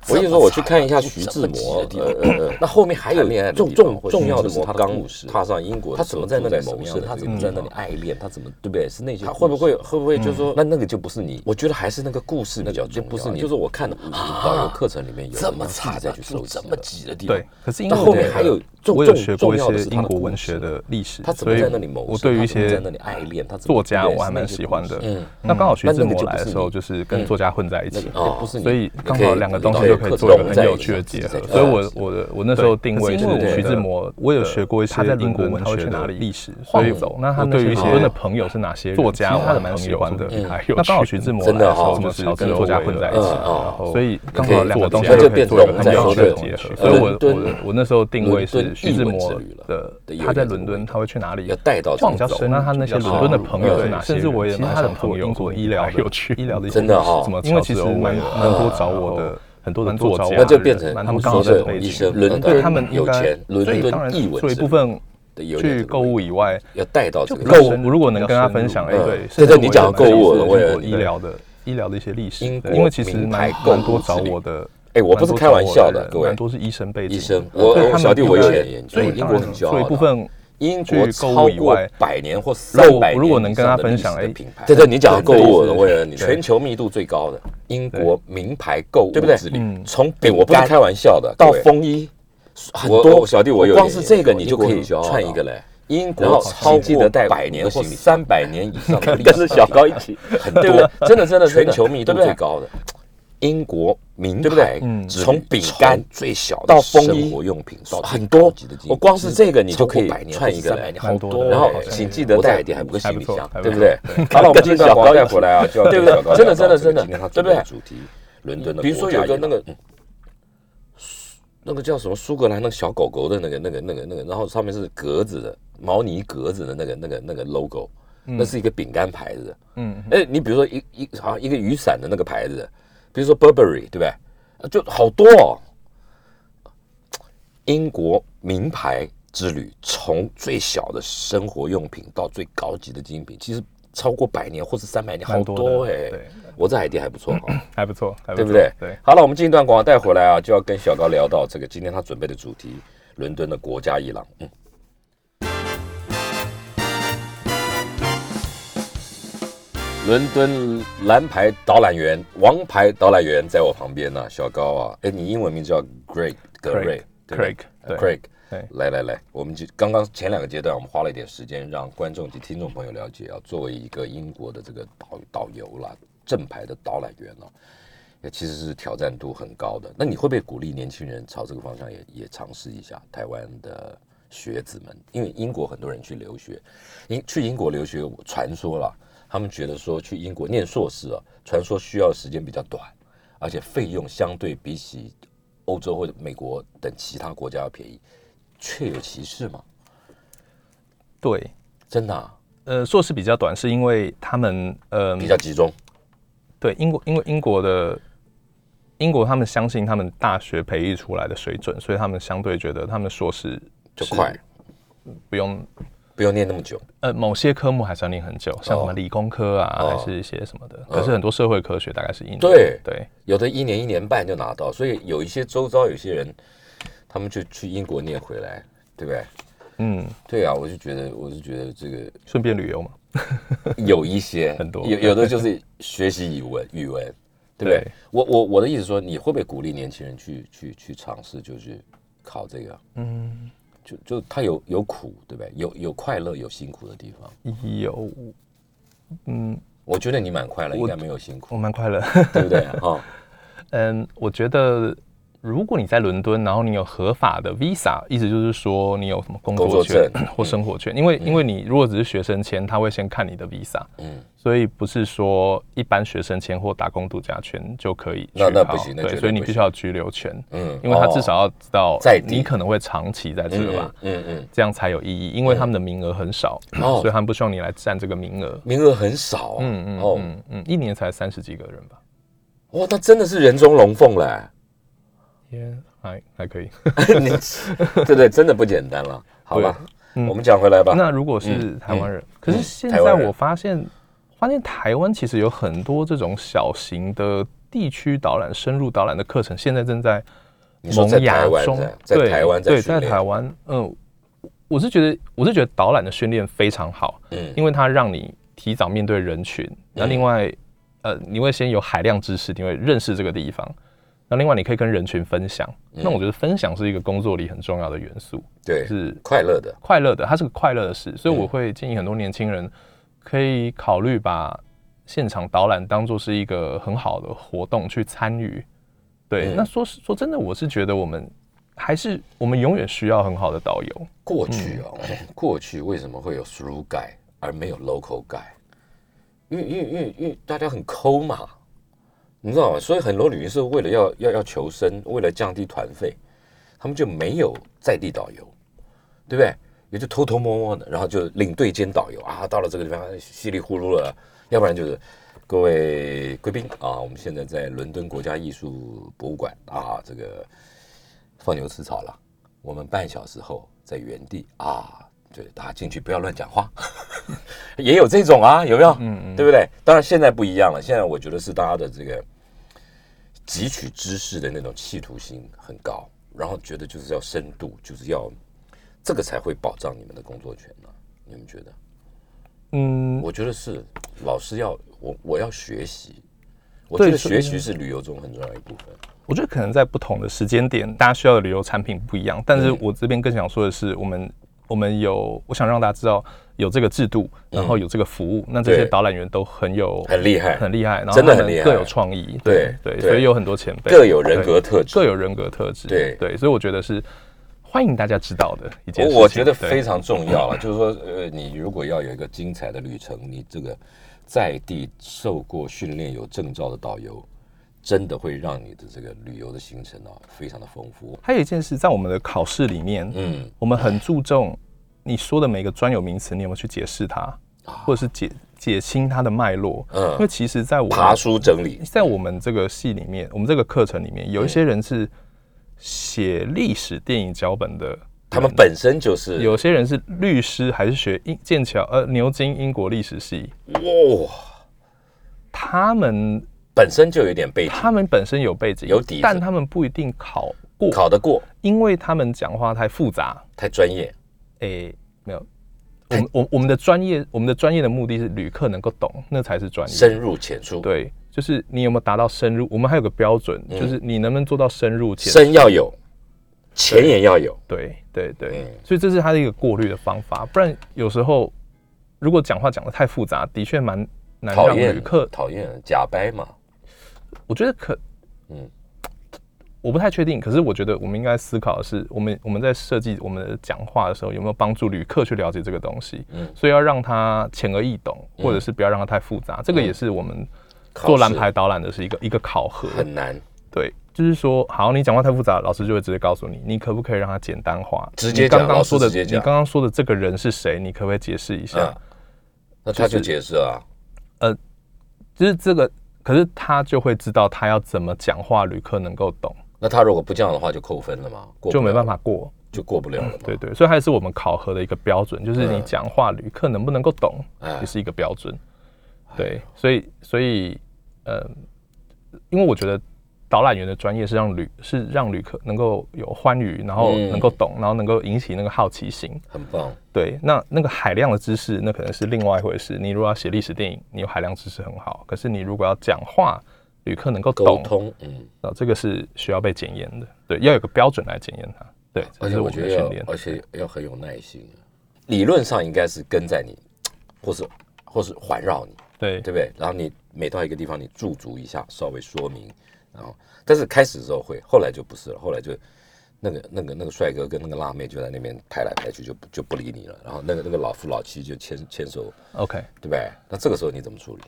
我意思说我去看一下徐志摩，呃呃，呃那后面还有恋爱重重重要的摩刚踏上英国，他怎么在那里谋生？他怎么在那里爱恋？他怎么对不对？是那些他会不会会不会就嗯说那那个就不是你？我觉得还是那个故事比较重要，不是你，就是我看的导游课程里面有这么惨再去收集这么急的地
对，可是因为
但后
我
面还有重
我有
重
学过一
重要的
些
是他
英
的
国
故
文
事
学的历史，
他怎么
所以
在那里谋生
我对于一
他怎么
些
在那里爱恋他怎么
作家
对
我还
是
蛮
那些
喜
故
欢
事
的
嗯。
那刚好徐
那
志
那个
摩
就
来
不
的
是
时候，
你嗯
就是跟作家混在一起，
哦
对所以
你
刚
可
好
以
两个
你
东
可
西
以
就可以
克
做一个
融
很
在
有
一
趣的
起
结合
再。去
所以
发
我
展
我的我那时候定可位
是
就
因为
是
我
徐
的
志摩，我有学过一些
他在
英国
伦敦
文
他会
学
去哪
的
里
历史，所
晃
以
走
那他
我
那
对
些
于一
伦敦
些
的朋友是哪些人作家，其实我他还的蛮蛮喜喜欢欢的
的。嗯
还有那刚好趣徐志摩
真
来
的
的时候，
哦
就是
就是
跟
跟
作家
作
混
为
在一
嗯
起，
哦
然后所以刚
可以
好两个
做
东西
这
就
就
可以
变
做一
成
个很有
我们在
趣的
说
结
的伦
合。所以我我
敦
的我那时候定位
伦
是
敦
徐志
英文
摩
之旅了
的
的有一
他在
个这
伦
个
敦
味
他会去哪里
要？带到
晃
这
较
个
深，那啊他那些伦敦的朋友是哪些
甚
人？
至我也
其实
蛮
他的
想
朋
做
友
英
是
国
医
医疗
疗有
有
趣
趣
医疗的一些
真的哦
什么因为乔其治实欧啊蛮
威尔
蛮多找我
然
的
后
很多的
很多
作家
找
人，
我那就变成
蛮他们
说
刚好在
这
北
医
京，
生
伦
伦
敦
敦
他们应
有
该
钱伦
所以
敦
当然
译文
做一
之
部
旅
分
的有点
去
这个
购
味
物以外，
要带到这
就
个
比较
味
深如果能跟他分享，哎，
嗯
对，
嗯
甚至
对对你讲
也
购物
蛮想
我也
做英国医疗的医疗的一些历史，
英
对
国
因为其实
名牌
蛮
购物
蛮多
之
找
旅
我的。
哎我不是
蛮多
开玩
找我
笑的
人
各位
蛮多是医生背景的，
医生我
对
我
他们
小弟
应
我也
该
写研究
所以
英
当
国
然
很骄
做一
傲
部
的
分
英
去
国
购
超
物以
过
外，
百年或三
如果
百
如果能跟他分享哎
哎，对对，你讲购物的味了，你
对
全球密度最高的英国名牌购物
对不对
之旅
嗯
从
哎
饼
我不是
干
开玩笑的，
到
各位
风衣，
很
我
多
我小弟我有
光
点
是这
研
个
究
你
英
就
国
可以
很骄傲
串
的
一个
哦
嘞。
英
然
国
后
超
记得
过
带
百
五
年
个
或
行李
三百年以上的历史，
跟着小高一起，
很
对不
多
对？真的真的真
全
的
球密度
对不对
最高的英国名
对不对
牌
嗯，
从饼干
最小的
到风衣
生活用品，到
很
最
多
高级的精品
我光是这个你就可
超
以
过百年
串一个
或者300
嘞
年
蛮多的
然后
好像
请记得带
我这还
五个
还
行
不
李
错
箱
还，不
对不
错
对
对？
好了，我们这段
小
广告
高
带
一起
回来啊，就要
对
给
不对
小高
真的真的
带到这个
真的
今天他
对
准
不
备的
对
主题，伦敦的
比如说
国家
有个
夜
那
郎
个
那个叫什么苏格兰那个小狗狗的那个那个那个那个，然后上面是格子的毛呢格子的那个那个那个 logo，、那是一个饼干牌子。
嗯，
哎，你比如说一一好像一个雨伞的那个牌子，比如说 Burberry 对不对？呃就好多、哦。英国名牌之旅，从最小的生活用品到最高级的精品，其实超过百年或是三百年，好
蛮
多
多
哎、
的对
我在海地还不错啊哈、
还不错，还
对
错
不对？
对。
好了，我们进一段广告带回来啊，就要跟小高聊到这个今天他准备的主题——伦敦的国家伊朗。嗯，伦敦蓝牌导览员、王牌导览员在我旁边呢、小高啊，哎，你英文名字叫 Greg 格瑞
Craig，
对不对
Craig，对
Craig
对
来来来，我们就刚刚前两个阶段，我们花了一点时间让观众及听众朋友了解啊，作为一个英国的这个导导游啦，正牌的导览员啊，也其实是挑战度很高的。那你会不会鼓励年轻人朝这个方向也也尝试一下？台湾的学子们，因为英国很多人去留学，英去英国留学，我传说啦，他们觉得说去英国念硕士啊，传说需要的时间比较短，而且费用相对比起欧洲或者美国等其他国家要便宜，确有其事吗？
对，
真的、啊、
呃，硕士比较短，是因为他们呃
比较集中，
对英国，因为英国的英国他们相信他们大学培育出来的水准，所以他们相对觉得他们硕士
就是快，
不用
不用念那么久。
呃，某些科目还是要念很久，像什么
哦
理工科啊，
哦
还是一些什么的。可是很多社会科学大概是一年。
对
对，
有的一年一年半就拿到，所以有一些周遭有些人，他们就去英国念回来，对不对？
嗯，
对啊，我就觉得，我是觉得这 个
顺便旅游嘛。
有一些
很多
有有的就是学习语文，语文，对不对？
对
我我我的意思说，你会不会鼓励年轻人去去去尝试，就是考这个？
嗯，
就就他有有苦，对不对？有有快乐，有辛苦的地方。
有，嗯，
我觉得你蛮快乐，
我
应该没有辛
我
苦，
蛮快乐。
对 不对？哦，
嗯，我觉得如果你在伦敦，然后你有合法的 visa，意思就是说你有什么工
工作
作券
证
或生活券，因为因为你如果只是学生签，他会先看你的 visa，
嗯，
所以不是说一般学生签或打工度假签就可以
那
去
那
考
不行那绝
对，
对
所以你
不
必须
行
要有居留权，
嗯
因为他
哦
至少要知道
在地
你可能会长期在这吧，
嗯嗯，
这样才有意义，因为他们的名额很少，
哦
所以他们不希望你来占这个名额。
名额很少啊，
嗯嗯
哦，
嗯嗯，一年才三十几个人吧，
哇，那真的是人中龙凤嘞、
也还还可以。
你对不对？真的不简单了，好吧？
嗯
我们讲回来吧。
那如果是
嗯
台湾人，可
嗯
是现
台
在
湾人
我发现，发现台湾其实有很多这种小型的地区导览、深入导览的课程，现在正在
你说
萌
在
芽
台湾
中
在。在
对，
台湾在
对，
训
在
练
台湾，嗯，我是觉得，我是觉得导览的训练非常好，
嗯
因为它让你提早面对人群，那另外，呃，你会先有海量知识，你会认识这个地方。那另外，你可以跟人群分享。那我觉得分享是一个工作里很重要的元素，
对
就是
快乐的，
快乐的，它是个快乐的事，所以
嗯
我会建议很多年轻人可以考虑把现场导览当做是一个很好的活动去参与。对，
嗯
那说是说真的，我是觉得我们还是我们永远需要很好的导游。
过去哦， 过去为什么会有 through guide 而没有 local guide？因为因为因为因为大家很抠嘛，你知道吗？所以很多旅行社为了要要要求生，为了降低团费，他们就没有在地导游，对不对？也就偷偷摸摸的，然后就领队兼导游啊，到了这个地方稀里糊涂了，要不然就是各位贵宾啊，我们现在在伦敦国家艺术博物馆啊，这个放牛吃草了。我们半小时后在原地啊，对，大家进去不要乱讲话， 也有这种啊，有没有？嗯嗯，对不对？当然现在不一样了，现在我觉得是大家的这个汲取知识的那种企图心很高，然后觉得就是要深度，就是要这个才会保障你们的工作权呢、你们觉得？
嗯，
我觉得是，老师要我我要学习，我
对
觉得
是
学习是旅游中很重要的一部分。
我觉得可能在不同的时间点，大家需要的旅游产品不一样。但是我这边更想说的是，我们我们有，我想让大家知道有这个制度，然后有这个服务，那这些
嗯对
导览员都很有
很厉害
很厉害，然后
真的
他
很
们
厉害
各有创意，
对
对，
对
所以有很多前辈
各有人格特质
对各有人格特质，
对
对，所以我觉得是欢迎大家知道的一件事情。
我我觉得
对
非常重要了，就是说，呃，你如果要有一个精彩的旅程，你这个在地受过训练、有证照的导游，真的会让你的这个旅游的行程啊，非常的丰富。
还有一件事，在我们的考试里面，
嗯，
我们很注重你说的每个专有名词，你有没有去解释它，或者是解解清它的脉络。
啊嗯
因为其实，在我
爬书整理，
在我们这个系里面，我们这个课程里面，有一些人是写历史电影脚本的，
他们本身就是
有些人是律师，还是学英剑桥呃牛津英国历史系，
哇，
他们
本身就有一点背景，
他们本身有背景，
有底子
但他们不一定考过，
考得过，
因为他们讲话太复杂，
太专业。
诶、没有，我们我我们的专业，我们的专业的目的是旅客能够懂，那才是专业。
深入浅出，，
对，就是你有没有达到深入？我们还有个标准，就是你能不能做到深入浅出。
嗯深要有，浅也要有，
对对对，
嗯
所以这是它的一个过滤的方法。不然有时候如果讲话讲的太复杂，的确蛮难
讨
让
厌
旅客。
讨厌假掰嘛，
我觉得可，
嗯
嗯，我不太确定。可是我觉得我们应该思考的是，我们我们在设计我们的讲话的时候，有没有帮助旅客去了解这个东西？
嗯嗯
所以要让它浅而易懂，或者是不要让它太复杂。这个也是我们做蓝牌导览的是一个一个考核，
很难，
对，就是说，好，你讲话太复杂，老师就会直接告诉你，你可不可以让它简单化？
直接
你刚
讲老
刚
师
说的，
直接
你
讲
刚刚说的这个人是谁？你可不可以解释一下
啊？那他就
就是
解释啊，
就是这个，可是他就会知道他要怎么讲话，旅客能够懂，
那他如果不这样的话就扣分了嘛，过
就
不
没
了
办
了，
法过。
就过不了了嘛，
对对，所以还是我们考核的一个标准，就是你讲话旅客能不能够懂，
哎
也是一个标准。对，所以所以呃，因为我觉得导览员的专业是让旅是让旅客能够有欢愉，然后
嗯
能够懂，然后能够引起那个好奇心。
很棒，
对，那那个海量的知识，那可能是另外一回事。你如果要写历史电影，你有海量知识很好，可是你如果要讲话，旅客能够
沟
懂，
通，嗯，
那这个是需要被检验的。对，要有个标准来检验它。对，这
而且
是我
我
们
觉
的
得
训练
要，。而且要很有耐心啊，理论上应该是跟在你，或是或是环绕你，
对
对不对？然后你每到一个地方，你驻足一下，稍微说明，然后但是开始的时候会，后来就不是了，后来就那个那个那个帅哥跟那个辣妹就在那边拍来拍去，就不就不理你了。然后那个那个老夫老妻就牵牵手，
，OK。
对不对？那这个时候你怎么处理？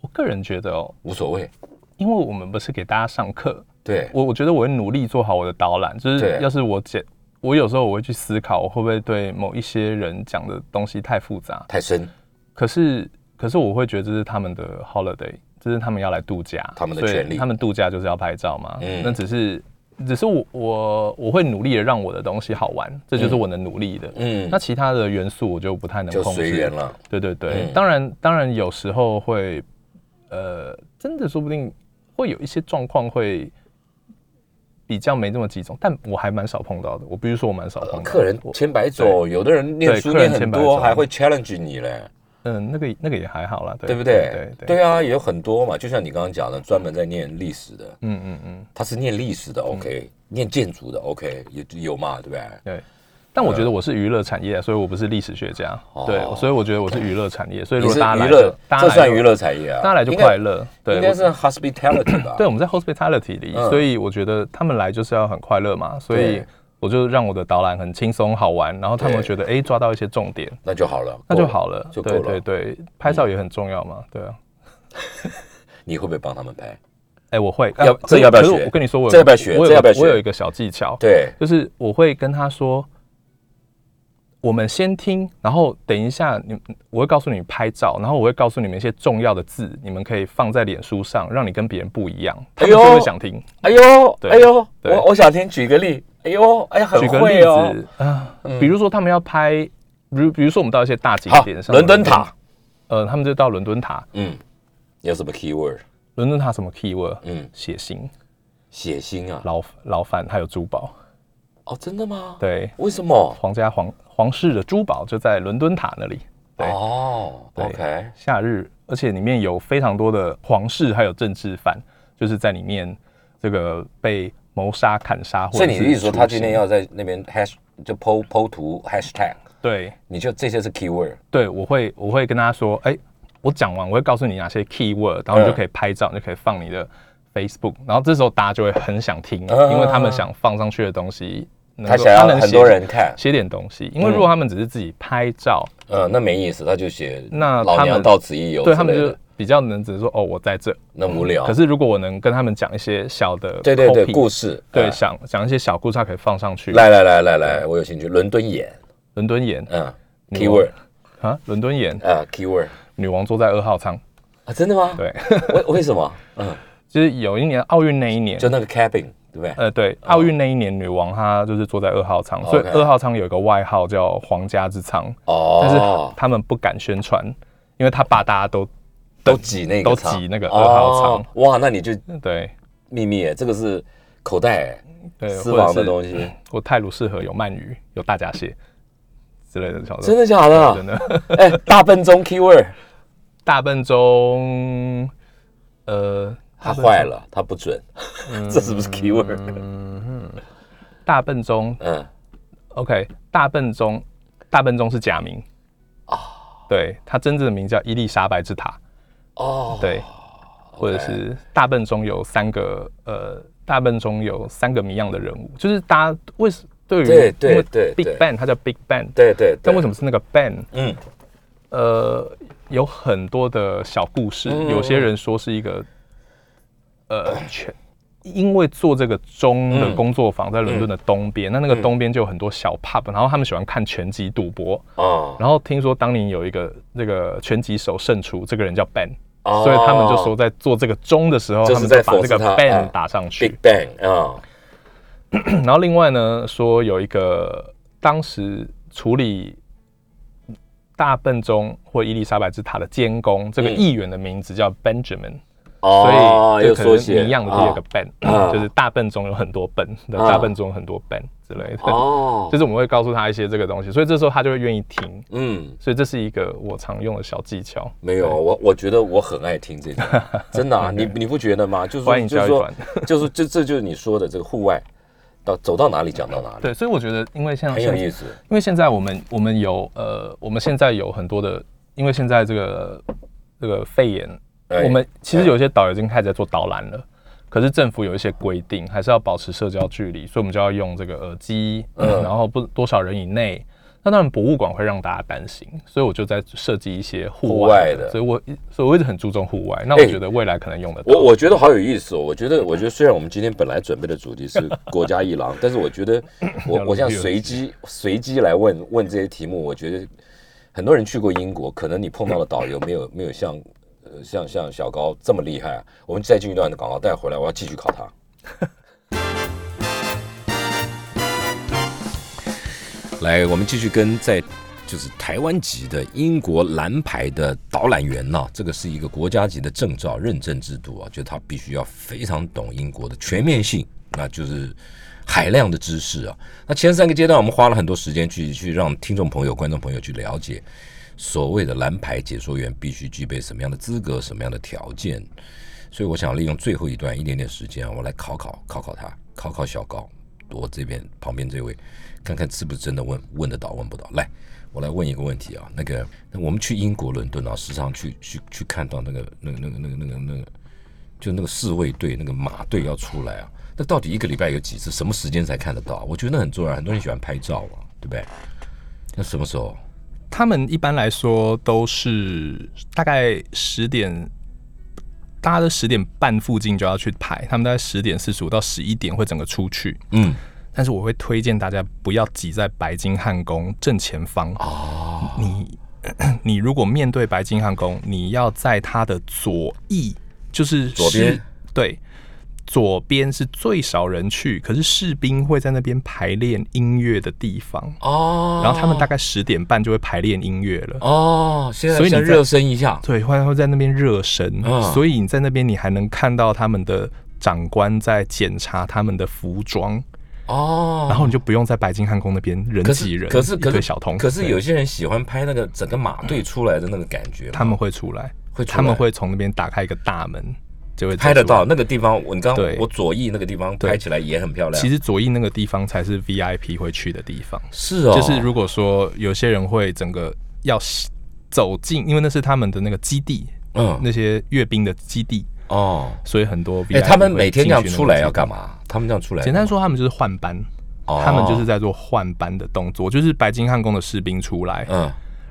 我个人觉得哦，
无所谓，
因为我们不是给大家上课，
对，
我我觉得我会努力做好我的导览，就是
对
要是我解，我有时候我会去思考，我会不会对某一些人讲的东西太复杂，
太深，
可是可是我会觉得这是他们的 holiday，这是他们要来度假，
他们的
所以
权利
他们度假就是要拍照嘛，
嗯
那只是。只是我我我会努力的让我的东西好玩，这就是我能努力的。
嗯
那，其他的元素我就不太能
就
控制，
随缘了，
对对对，
嗯
当然当然有时候会，呃，真的说不定会有一些状况会比较没这么集中，但我还蛮少碰到的。我必须说我蛮少碰到的
客人
嗯我
千百种，有的人念
对
书
客人
念很
千百
多，
种
还会 challenge 你嘞。
嗯、那个那个也还好啦，对
对不
对
对？
对
啊，也有很多嘛，就像你刚刚讲的，专门在念历史的，
嗯嗯嗯，
他是念历史的，OK，、念建筑的，OK，也有嘛，对不对？
对。但我觉得我是娱乐产业，所以我不是历史学家，
嗯哦
对，所以我觉得我是娱乐产业，所以如
你
果
是
大家来
娱
就
乐，
大家
这
来
算
就
娱乐产业啊，
大家来就
应该
快，乐，对，
应该
我
是 hospitality 吧？
对，我们在 hospitality 里，
嗯
所以我觉得他们来就是要很快乐嘛，所以
对
我就让我的导览很轻松好玩，然后他们
对
会觉得哎、诶抓到一些重点，
那就好了，
那就
够
好了，
就够
对
了。
对对，拍照也很重要嘛，对啊，
你会不会帮他们拍？
哎、我会，
要
啊可是
这要不要
可是
学
我跟你说，我有
这要不要学
我有
这要不要学
我有一个小技巧，
对，
就是我会跟他说，我们先听，然后等一下你，我会告诉你拍照，然后我会告诉你们一些重要的字，你们可以放在脸书上，让你跟别人不一样，他
哎
们
呦
就会想听。
哎呦，
对
哎呦，
对
我我想听，举个例，哎呦，哎呀，很
举个例
会哦，
子啊，比如说他们要拍，比如比如说我们到一些大景
好
点，上，
伦敦塔，，
呃，他们就到伦敦塔，
嗯，有什么 keyword？
伦敦塔什么 keyword？
嗯
嗯，血腥、
血腥啊？
牢牢饭还有珠宝，
哦，真的吗？，
对，
为什么？
皇家皇皇室的珠宝就在伦敦塔那里。对
哦
对
，OK，
夏日，而且里面有非常多的皇室还有政治犯，就是在里面这个被谋杀、砍杀，或
所
者
以你的
是
意思说，他
处
今天
刑
要在那边 hash 就 po po 图 hashtag，
对
你就这些是 keyword，
对，我会我会跟他说，哎、我讲完，我会告诉你哪些 key word，然
嗯
后
嗯
你就可以拍照，你就可以放你的 Facebook，然后这时候大家就会很想听，
啊
因为他们想放上去的东西，能
嗯他
够
想要
能
很
写
多人看，
写点东西，因为
嗯
如果他们只是自己拍照，
呃，那没意思，他就写
那
老
他
娘
们
到此一游哦之
对他们
类
就
的，
比较能只是说哦我在这，
那无聊。
可是如果我能跟他们讲一些小的
对对对，
copy，
故事
对
啊
想讲一些小故事，它可以放上去。
来来来来来，我有兴趣。伦敦眼，
伦敦眼
嗯
女王
，keyword
啊，伦敦眼，
啊，keyword
女王坐在二号舱，
啊，真的吗？
对，
为为什么？嗯，
就是有一年奥运那一年
就。那个 cabin，对不对？
呃，对，奥运那一年，女王她就是坐在二号舱，所以
哦 OK
二号舱有一个外号叫“皇家之舱”， 但是
哦，
他们不敢宣传，因为他爸大家都
都挤那个
都
舱
挤那个二号舱
哦哇，那你就
对
秘密耶，这个是口袋
对
耶私房的
西。
东西，
我泰鲁适合有鳗鱼、有大闸蟹之类的小
真的假的
真？的
哎，大笨钟 keyword。
大笨钟，呃，
它坏了，它不准，
嗯
这是不是 keyword？
大笨钟
嗯，
OK，大笨钟，大笨钟是假名啊，对，它真正的名叫伊丽莎白之塔，
哦，
对，或者是大笨钟有三个呃，大笨钟有三个谜样的人物，就是大家为什对于
对对
因为
对对
，Big Bang 它叫 Big Bang，
对对，
但为什
么？
么是那个 Bang？
嗯，
呃有很多的小故事，有
嗯
些人说是一个呃全。因为做这个中
嗯
的工作坊在伦敦的东边，那那个东边就有很多小 pub，然后他们喜欢看拳击赌博，
哦
啊
然后听说当年有一个那个拳击手胜出，这个人叫 Ben，、所嗯以他们就说在做这个钟的时候，
就是
他们
在
把
讽
这
刺
个
他啊
Ben 打上去。
哦
Big Bang 啊，
然后另外呢，说有一个
啊
当时处理大笨钟或伊丽莎白之塔的监工，这个
嗯
议员的名字叫 Benjamin，、
哦，
所以就
又
可
缩
能
写
一样的第二个 Ben，、
啊
就是大笨钟有很多 Ben，那
啊
大笨钟有很多 Ben 之类的。
哦
就，是我们会告诉他一些这个东西，所以这时候他就会愿意听。
嗯。
所以这是一个我常用的小技巧。
没有，我我觉得我很爱 听这种，真的啊，你你不觉得吗？就是
欢
说，
迎
就是
加入
说
团，
就是这这就是你说的这个户外，到走到哪里讲到哪里，
对，所以我觉得，因为像
很有意思。
因为现在我们我们有呃，我们现在有很多的，因为现在这个这个肺炎，
哎
我们其实有些导游已经开始在做导览了，可是政府有一些规定，还是要保持社交距离，所以我们就要用这个耳机，
嗯
然后不多少人以内。那当然，博物馆会让大家担心，所以我就在设计一些户
户外
外的，
的
所以我所以我一直很注重户外。那
哎
我觉得未来可能用得到。
我我觉得好有意思哦！我觉得，我觉得虽然我们今天本来准备的主 题是国家一郎，但是我觉得我
聊了
我像
很久
随机随机来问问这些题目，我觉得很多人去过英国，可能你碰到的导游没有没有像呃像像小高这么厉害。啊我们再进一段的广告带回来，我要继续考他。
来，我们继续跟在就是台湾籍的英国蓝牌的导览员呐、这个是一个国家级的证照认证制度啊，就他必须要非常懂英国的全面性，那就是海量的知识啊。那前三个阶段，我们花了很多时间去去让听众朋友、观众朋友去了解。所谓的蓝牌解说员必须具备什么样的资格、什么样的条件，所以我想利用最后一段一点点时间啊，我来考考考考他，考考小高，我这边旁边这位，看看是不是真的问问得到问不到。来，我来问一个问题啊，那个那我们去英国伦敦啊，时常去去去看到那个那个那个那个那个那个，就那个侍卫队那个马队要出来啊，那到底一个礼拜有几次，什么时间才看得到啊？我觉得那很重要，很多人喜欢拍照啊，对不对？那什么时候？
他们一般来说都是大概十点，大家都十点半附近就要去排，他们大概十点四十五到十一点会整个出去。
嗯，
但是我会推荐大家不要挤在白金汉宫正前方
哦，
你 你如果面对白金汉宫，你要在它的左翼，就是
左边
士，对，左边是最少人去，可是士兵会在那边排练音乐的地方。
哦，
然后他们大概十点半就会排练音乐了，
哦，现在
所以你
先
在
热身一下，
对，会会在那边热身，
嗯
所以你在那边你还能看到他们的长官在检查他们的服装，
哦，
然后你就不用在白金汉宫那边人
可
挤
是
人，
可是
一
可
堆
是
小童，
可是
对
有些人喜欢拍那个整个马队出来的那个感觉嘛，
他们会出来，
会出来
他们会从那边打开一个大门，就会走
拍得
出来
到。那个地方。我你刚刚
对
我左翼那个地方
对
拍起来也很漂亮，
其实左翼那个地方才是 VIP 会去的地方，
是哦，
就是如果说有些人会整个要走进，因为那是他们的那个基地，
嗯
那些阅兵的基地，
哦，
所以很多 VIP
哎，他们每天这样
会进去那个
出来
基
要
地
干嘛？他们这样出来，
简单，说，他们就是换班，
哦
他们就是在做换班的动作，就是白金汉宫的士兵出来，
嗯，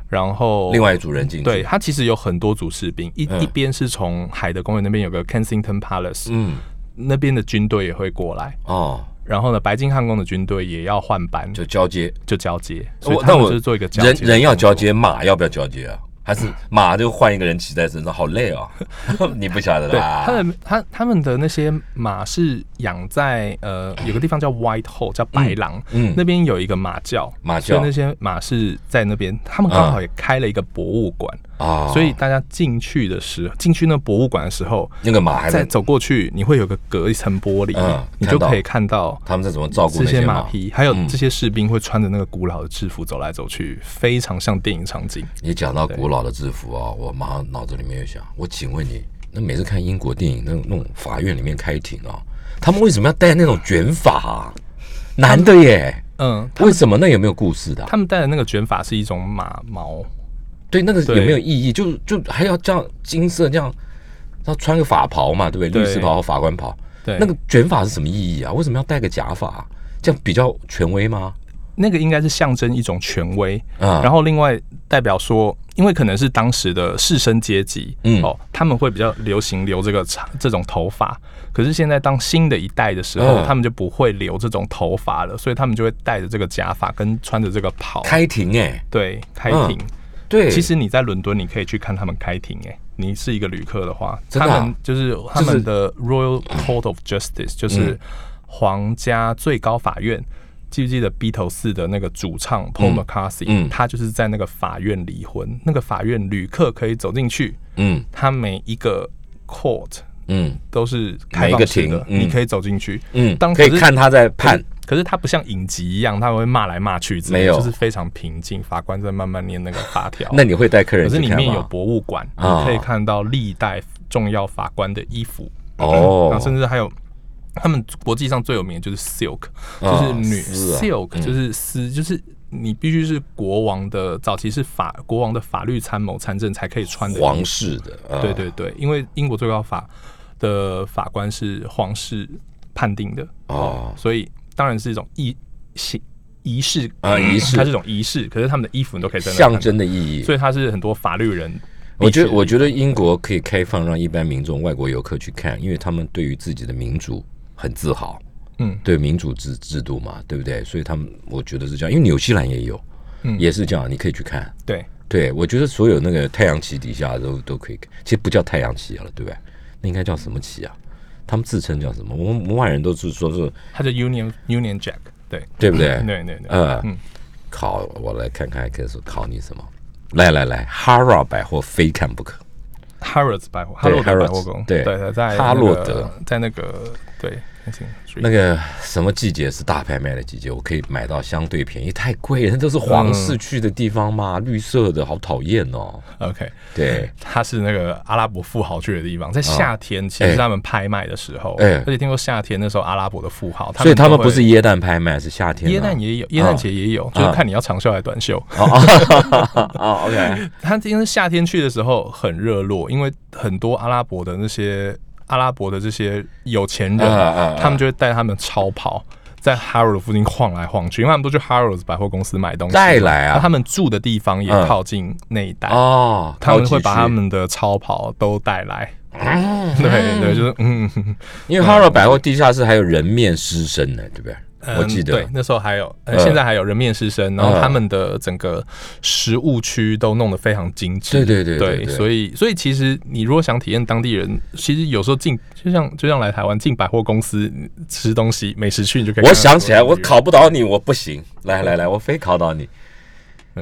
然后
另外一组人进去，
对，他其实有很多组士兵，一、
嗯
一边是从海德公园那边有个 Kensington Palace，、
嗯，
那边的军队也会过来，
哦，
然后呢，白金汉宫的军队也要换班，就
就交接。
就交接，所以
我哦
他
那
们
我
就是做一个交接
人
的
人要
动作
交接，马要不要交 接啊？还是马就换一个人骑在身上，好累哦， 你不晓得
对，
吧？
他们他他们的那些马是养在呃有个地方叫 White Hole，叫白狼，
嗯嗯
那边有一个马厩，
马
所以
厩
那些马是在那边，他们刚好也开了一个博物馆，
啊，
所以大家进去的时候，进去那博物馆的时候，
那个马还
再
在
走过去，你会有个隔一层玻璃，
嗯
你就可以看到
他们在怎么照顾
这
那
些
马
马匹，还有
嗯
这些士兵会穿着那个古老的制服走来走去，非常像电影场景。
你讲到古老的制服啊，我马上脑子里面就想，我请问你，那每次看英国电影那种那种法院里面开庭啊，他们为什么要戴那种卷发、啊？男的耶，
嗯，
为什么？那有没有故事的啊、
他们戴的那个卷发是一种马毛，
对，那个
对
有没有意义？就就还要这样金色这样，要穿个法袍嘛，对不对？
对
律师袍和法官袍，
对，
那个卷发是什么意义啊？为什么要戴个假发、啊？这样比较权威吗？
那个应该是象征一种权威，
啊、
然后另外代表说，因为可能是当时的士绅阶级，
嗯
哦，他们会比较流行留这个长这种头发。可是现在当新的一代的时候，
嗯
他们就不会留这种头发了，所以他们就会戴着这个假发跟穿着这个袍，
开庭哎、
对，开
嗯
庭。
对，
其实你在伦敦，你可以去看他们开庭、欸。你是一个旅客的话，
真的啊
他们就是他们的 Royal Court of Justice，就是
嗯
皇家最高法院。记不记得 Beatles 的那个主唱 Paul
嗯
McCartney？、
嗯
他就是在那个法院离婚，那个法院旅客可以走进去，
嗯
他每一个 court
嗯
都是开
每一个
放式
庭
的，
嗯
你可以走进去。
嗯，
当
可以
可是
看他在判
可是，可是他不像影集一样，他会骂来骂去之
没
类的，
有。
就是非常平静，法官在慢慢念那个法条
那你会带客人
可是
去
里
看
面有
吗？
博物馆，
啊
你可以看到历代重要法官的衣服，
哦
然后甚至还有他们国际上最有名的就是 silk，就是女
丝哦啊
silk，就是丝，就是你必须是国王的早期是法国王的法律参谋参政才可以穿的衣服
皇室的，啊
对对对，因为英国最高法的法官是皇室判定的，
哦，
所以当然是一种仪形仪式
啊仪式
它是一种仪式，可是他们的衣服你都可以在那
象
看
征的意义
所。以它是很多法律人
我
必
觉
须的。
得，我觉得英国可以开放让一般民众、外国游客去看，因为他们对于自己的民主很自豪，
嗯
对民主制制度嘛，对不对？所以他们，我觉得是这样，因为纽西兰也有，
嗯
也是这样，你可以去看。
对，
对，我觉得所有那个太阳旗底下都都可以看，其实不叫太阳旗了，对不对？那应该叫什么旗啊？他们自称叫什么？我们我们外人都是说是，
它叫 Union Union Jack，对
对不对？
对对对，
呃
嗯，
考我来看看，可以说考你什么？来来来，哈罗百货非看不可。
，Harrods 百货，哈罗德
Harrods，
百货公，
对
对，在
哈
那
洛
个
德，
在那个对，那个
那个什么季节是大拍卖的季节，我可以买到相对便宜，太贵了，那都是皇室去的地方嘛，
嗯
绿色的好讨厌哦。
OK，
对，
它是那个阿拉伯富豪去的地方，在夏天其实是他们拍卖的时候，
哦哎
而且听说夏天那时候阿拉伯的富豪，
所以他们
都
不
会
是啊耶诞拍卖，是夏天、啊。
耶诞也有，耶诞节也有，就是看你要长袖还是短袖。
哦，OK，
它因为夏天去的时候很热络，因为很多阿拉伯的那些阿拉伯的这些有钱人，
啊啊啊
他们就会带他们超跑。在 Harrods 附近晃来晃去，因为他们都去 Harrods 百货公司买东西嘛，
带来啊
那他们住的地方也
嗯
靠近那一带，
哦，
他们
高
会
级
把
区
他，们的超跑都带来。对对，就是嗯，
因为哈罗百货地下室还有人面狮身呢，对不对？
嗯
我记得
对，那时候还有，呃
嗯
现在还有人面狮身，然后
嗯
他们的整个食物区都弄得非常精致。
对对对对对
所以所以其实你如果想体验当地人，其实有时候进就像就像来台湾进百货公司吃东西美食区，你就可以看 到
我
很多
想起来，
人
我考不倒你，我不行。来来来，我非考倒你。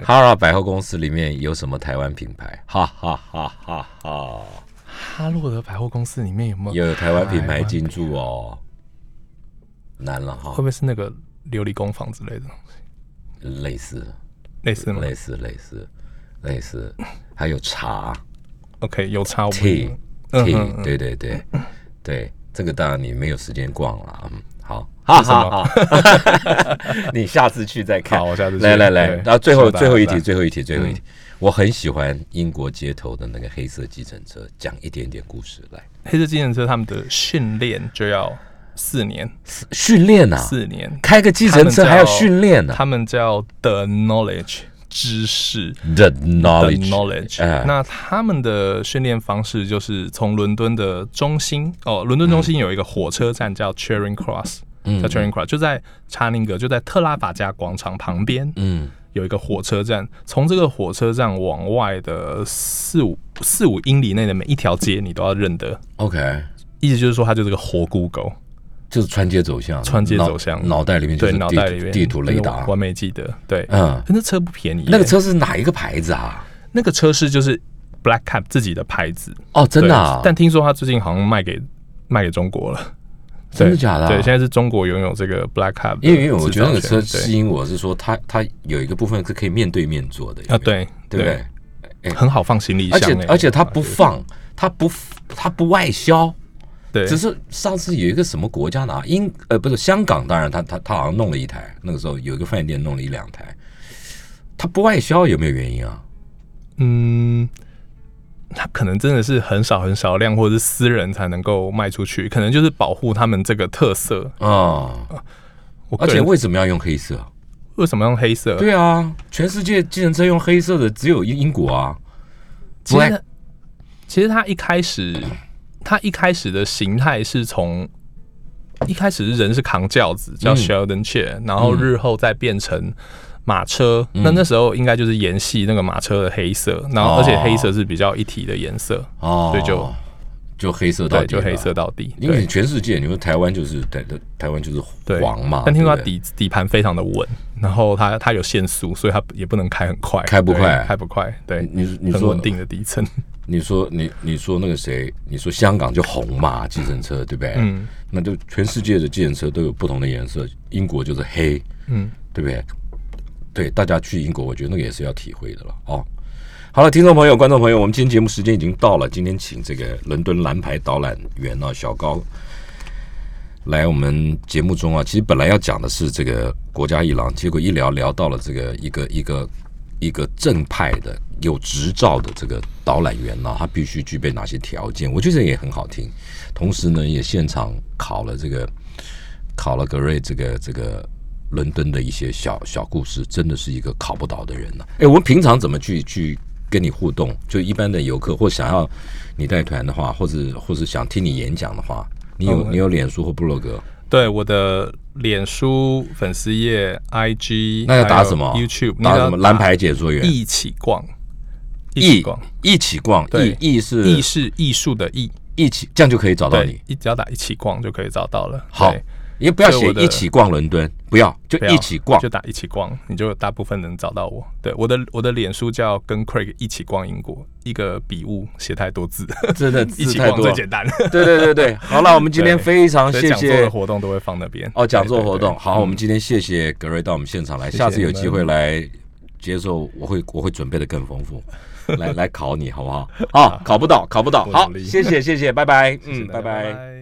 哈拉百货公司里面有什么台湾品牌？哈哈哈哈哈！
哈洛德百货公司里面有没有
有台湾品牌
进？
进驻哦，难了
会
哈
不，会是那个琉璃工坊之类的东西？
类似
类似吗
类似类似类似，还有茶
？OK，有差我不
tea
嗯
tea，对对对 对，这个当然你没有时间逛了，嗯，好，哈哈哈， 你下次去再看，
好我下次去
来来来，
对
然后最后
下次来嗯
最后一
下
题，
次
最后一题，最后一题，我很喜欢英国街头的那个黑色计程车，讲一点点故事来，
黑色计程车他们的训练就要四年，
训练啊，
四年。
开个 计程车还要训练啊呢
他们叫 the knowledge 知识。
，the
the
knowledge
knowledge，、
哎
那他们的训练方式就是从伦敦的中心哦，伦敦中
嗯
心有一个火车站叫 Charing Cross，、叫 Charing Cross，就在查宁格，就在特拉法加广场旁边，
嗯，
有一个火车站。从这个火车站往外的四五四五英里内的每一条街，你都要认得。
OK。
意思就是说，它就是个活 Google。
就是穿街走巷，
穿街
脑
走向，
脑袋里面就
对
是
脑
地
袋里
图
面
地图雷
就是
达
完。完美记得，对，
嗯
嗯，那车不便宜，
那个车是哪一个牌子啊？
那个车是就是 Black Cap 自己的牌子，
哦，真的啊
对，但听说他最近好像卖给卖给中国了，
真的
对
假的啊
对，现在是中国拥有这个 Black Cap，的
因为因为我觉得那个
制
车
造权
吸引我是说它它有一个部分是可以面对面坐的
对啊，对
对不对？
对，很好放行李
而
箱欸，
且而且它不放，它不它不外销，
对，
只是上次有一个什么国家拿英呃不是香港，当然它它它好像弄了一台，那个时候有一个饭店弄了一两台，它不外销有没有原因啊？
嗯，它可能真的是很少很少量，或者是私人才能够卖出去，可能就是保护他们这个特色。
啊，
我个
而且
人
为什么要用黑色啊？呃
为什么用黑色？
对啊，全世界计程车用黑色的只有英英国啊，
其实它其实它一开始，它一开始的形态是从一开始是人是扛轿子，
嗯
叫
嗯
Sheldon chair，、然后日后再变成马车。那那时候应该就是沿系那个马车的黑色，然后而且黑色是比较一体的颜色，
哦，
所以就
就黑色到
对，
底，
就黑色。到底。
因为
对
全世界，你说台湾就是台台湾就是
对
黄嘛，
但听说
对
它
不对
底底盘非常的稳，然后它它有限速，所以它也不能开很快，
开不
对
快
开不快，对，
你你
很
说
稳定的底层，
你说你你说那个谁，你说香港就红嘛，计程车对不对？
嗯，
那就全世界的计程车都有不同的颜色，英国就是黑，
嗯，
对不对？对，大家去英国，我觉得那个也是要体会的了哦。好了，听众朋友、观众朋友，我们今天节目时间已经到了，今天请这个伦敦蓝牌导览员啊，小高来我们节目中啊，其实本来要讲的是这个国家一郎，结果一聊聊到了这个一个一个一个正派的有执照的这个导览员呢、他必须具备哪些条件？我觉得也很好听。同时呢，也现场考了这个考了格瑞这个这个伦敦的一些小小故事，真的是一个考不倒的人呢、哎，我们平常怎么去去跟你互动？就一般的游客或想要你带团的话，或者或者想听你演讲的话，你有、你有脸书或部落格？
对，我的脸书粉丝页、IG，
那要打
还有
什么
YouTube，
打
那
什
要
么蓝牌解说员？
一起逛，一
一
起逛，
一起逛，
对
艺艺是
艺是艺术的艺，
一起，这样就可以找到你
对。，一只要打一起逛就可以找到了。
好
对，
也不要
所以
写
我的
一起逛伦敦，不要就
不要
一起逛
就。打一起逛，你就大部分能找到我。对，我的我的脸书叫跟 Craig 一起逛英国，一个笔误写太多字，
真的
一
字
起
太
逛
多
最
了。
简单。
对对对 对，好了，我们今天
对
非常
所以
谢
讲座
谢
的活动都会放那边。
哦，讲座
对对
活动
对
好，我们今天谢谢格瑞到我们现场来，下次有机会来接受，我会我会准备的更丰富，来来考你好不好？好，考不到，考不到，
我
好
努，力
谢谢谢谢，拜拜，嗯，
谢谢大
拜
家
拜。
拜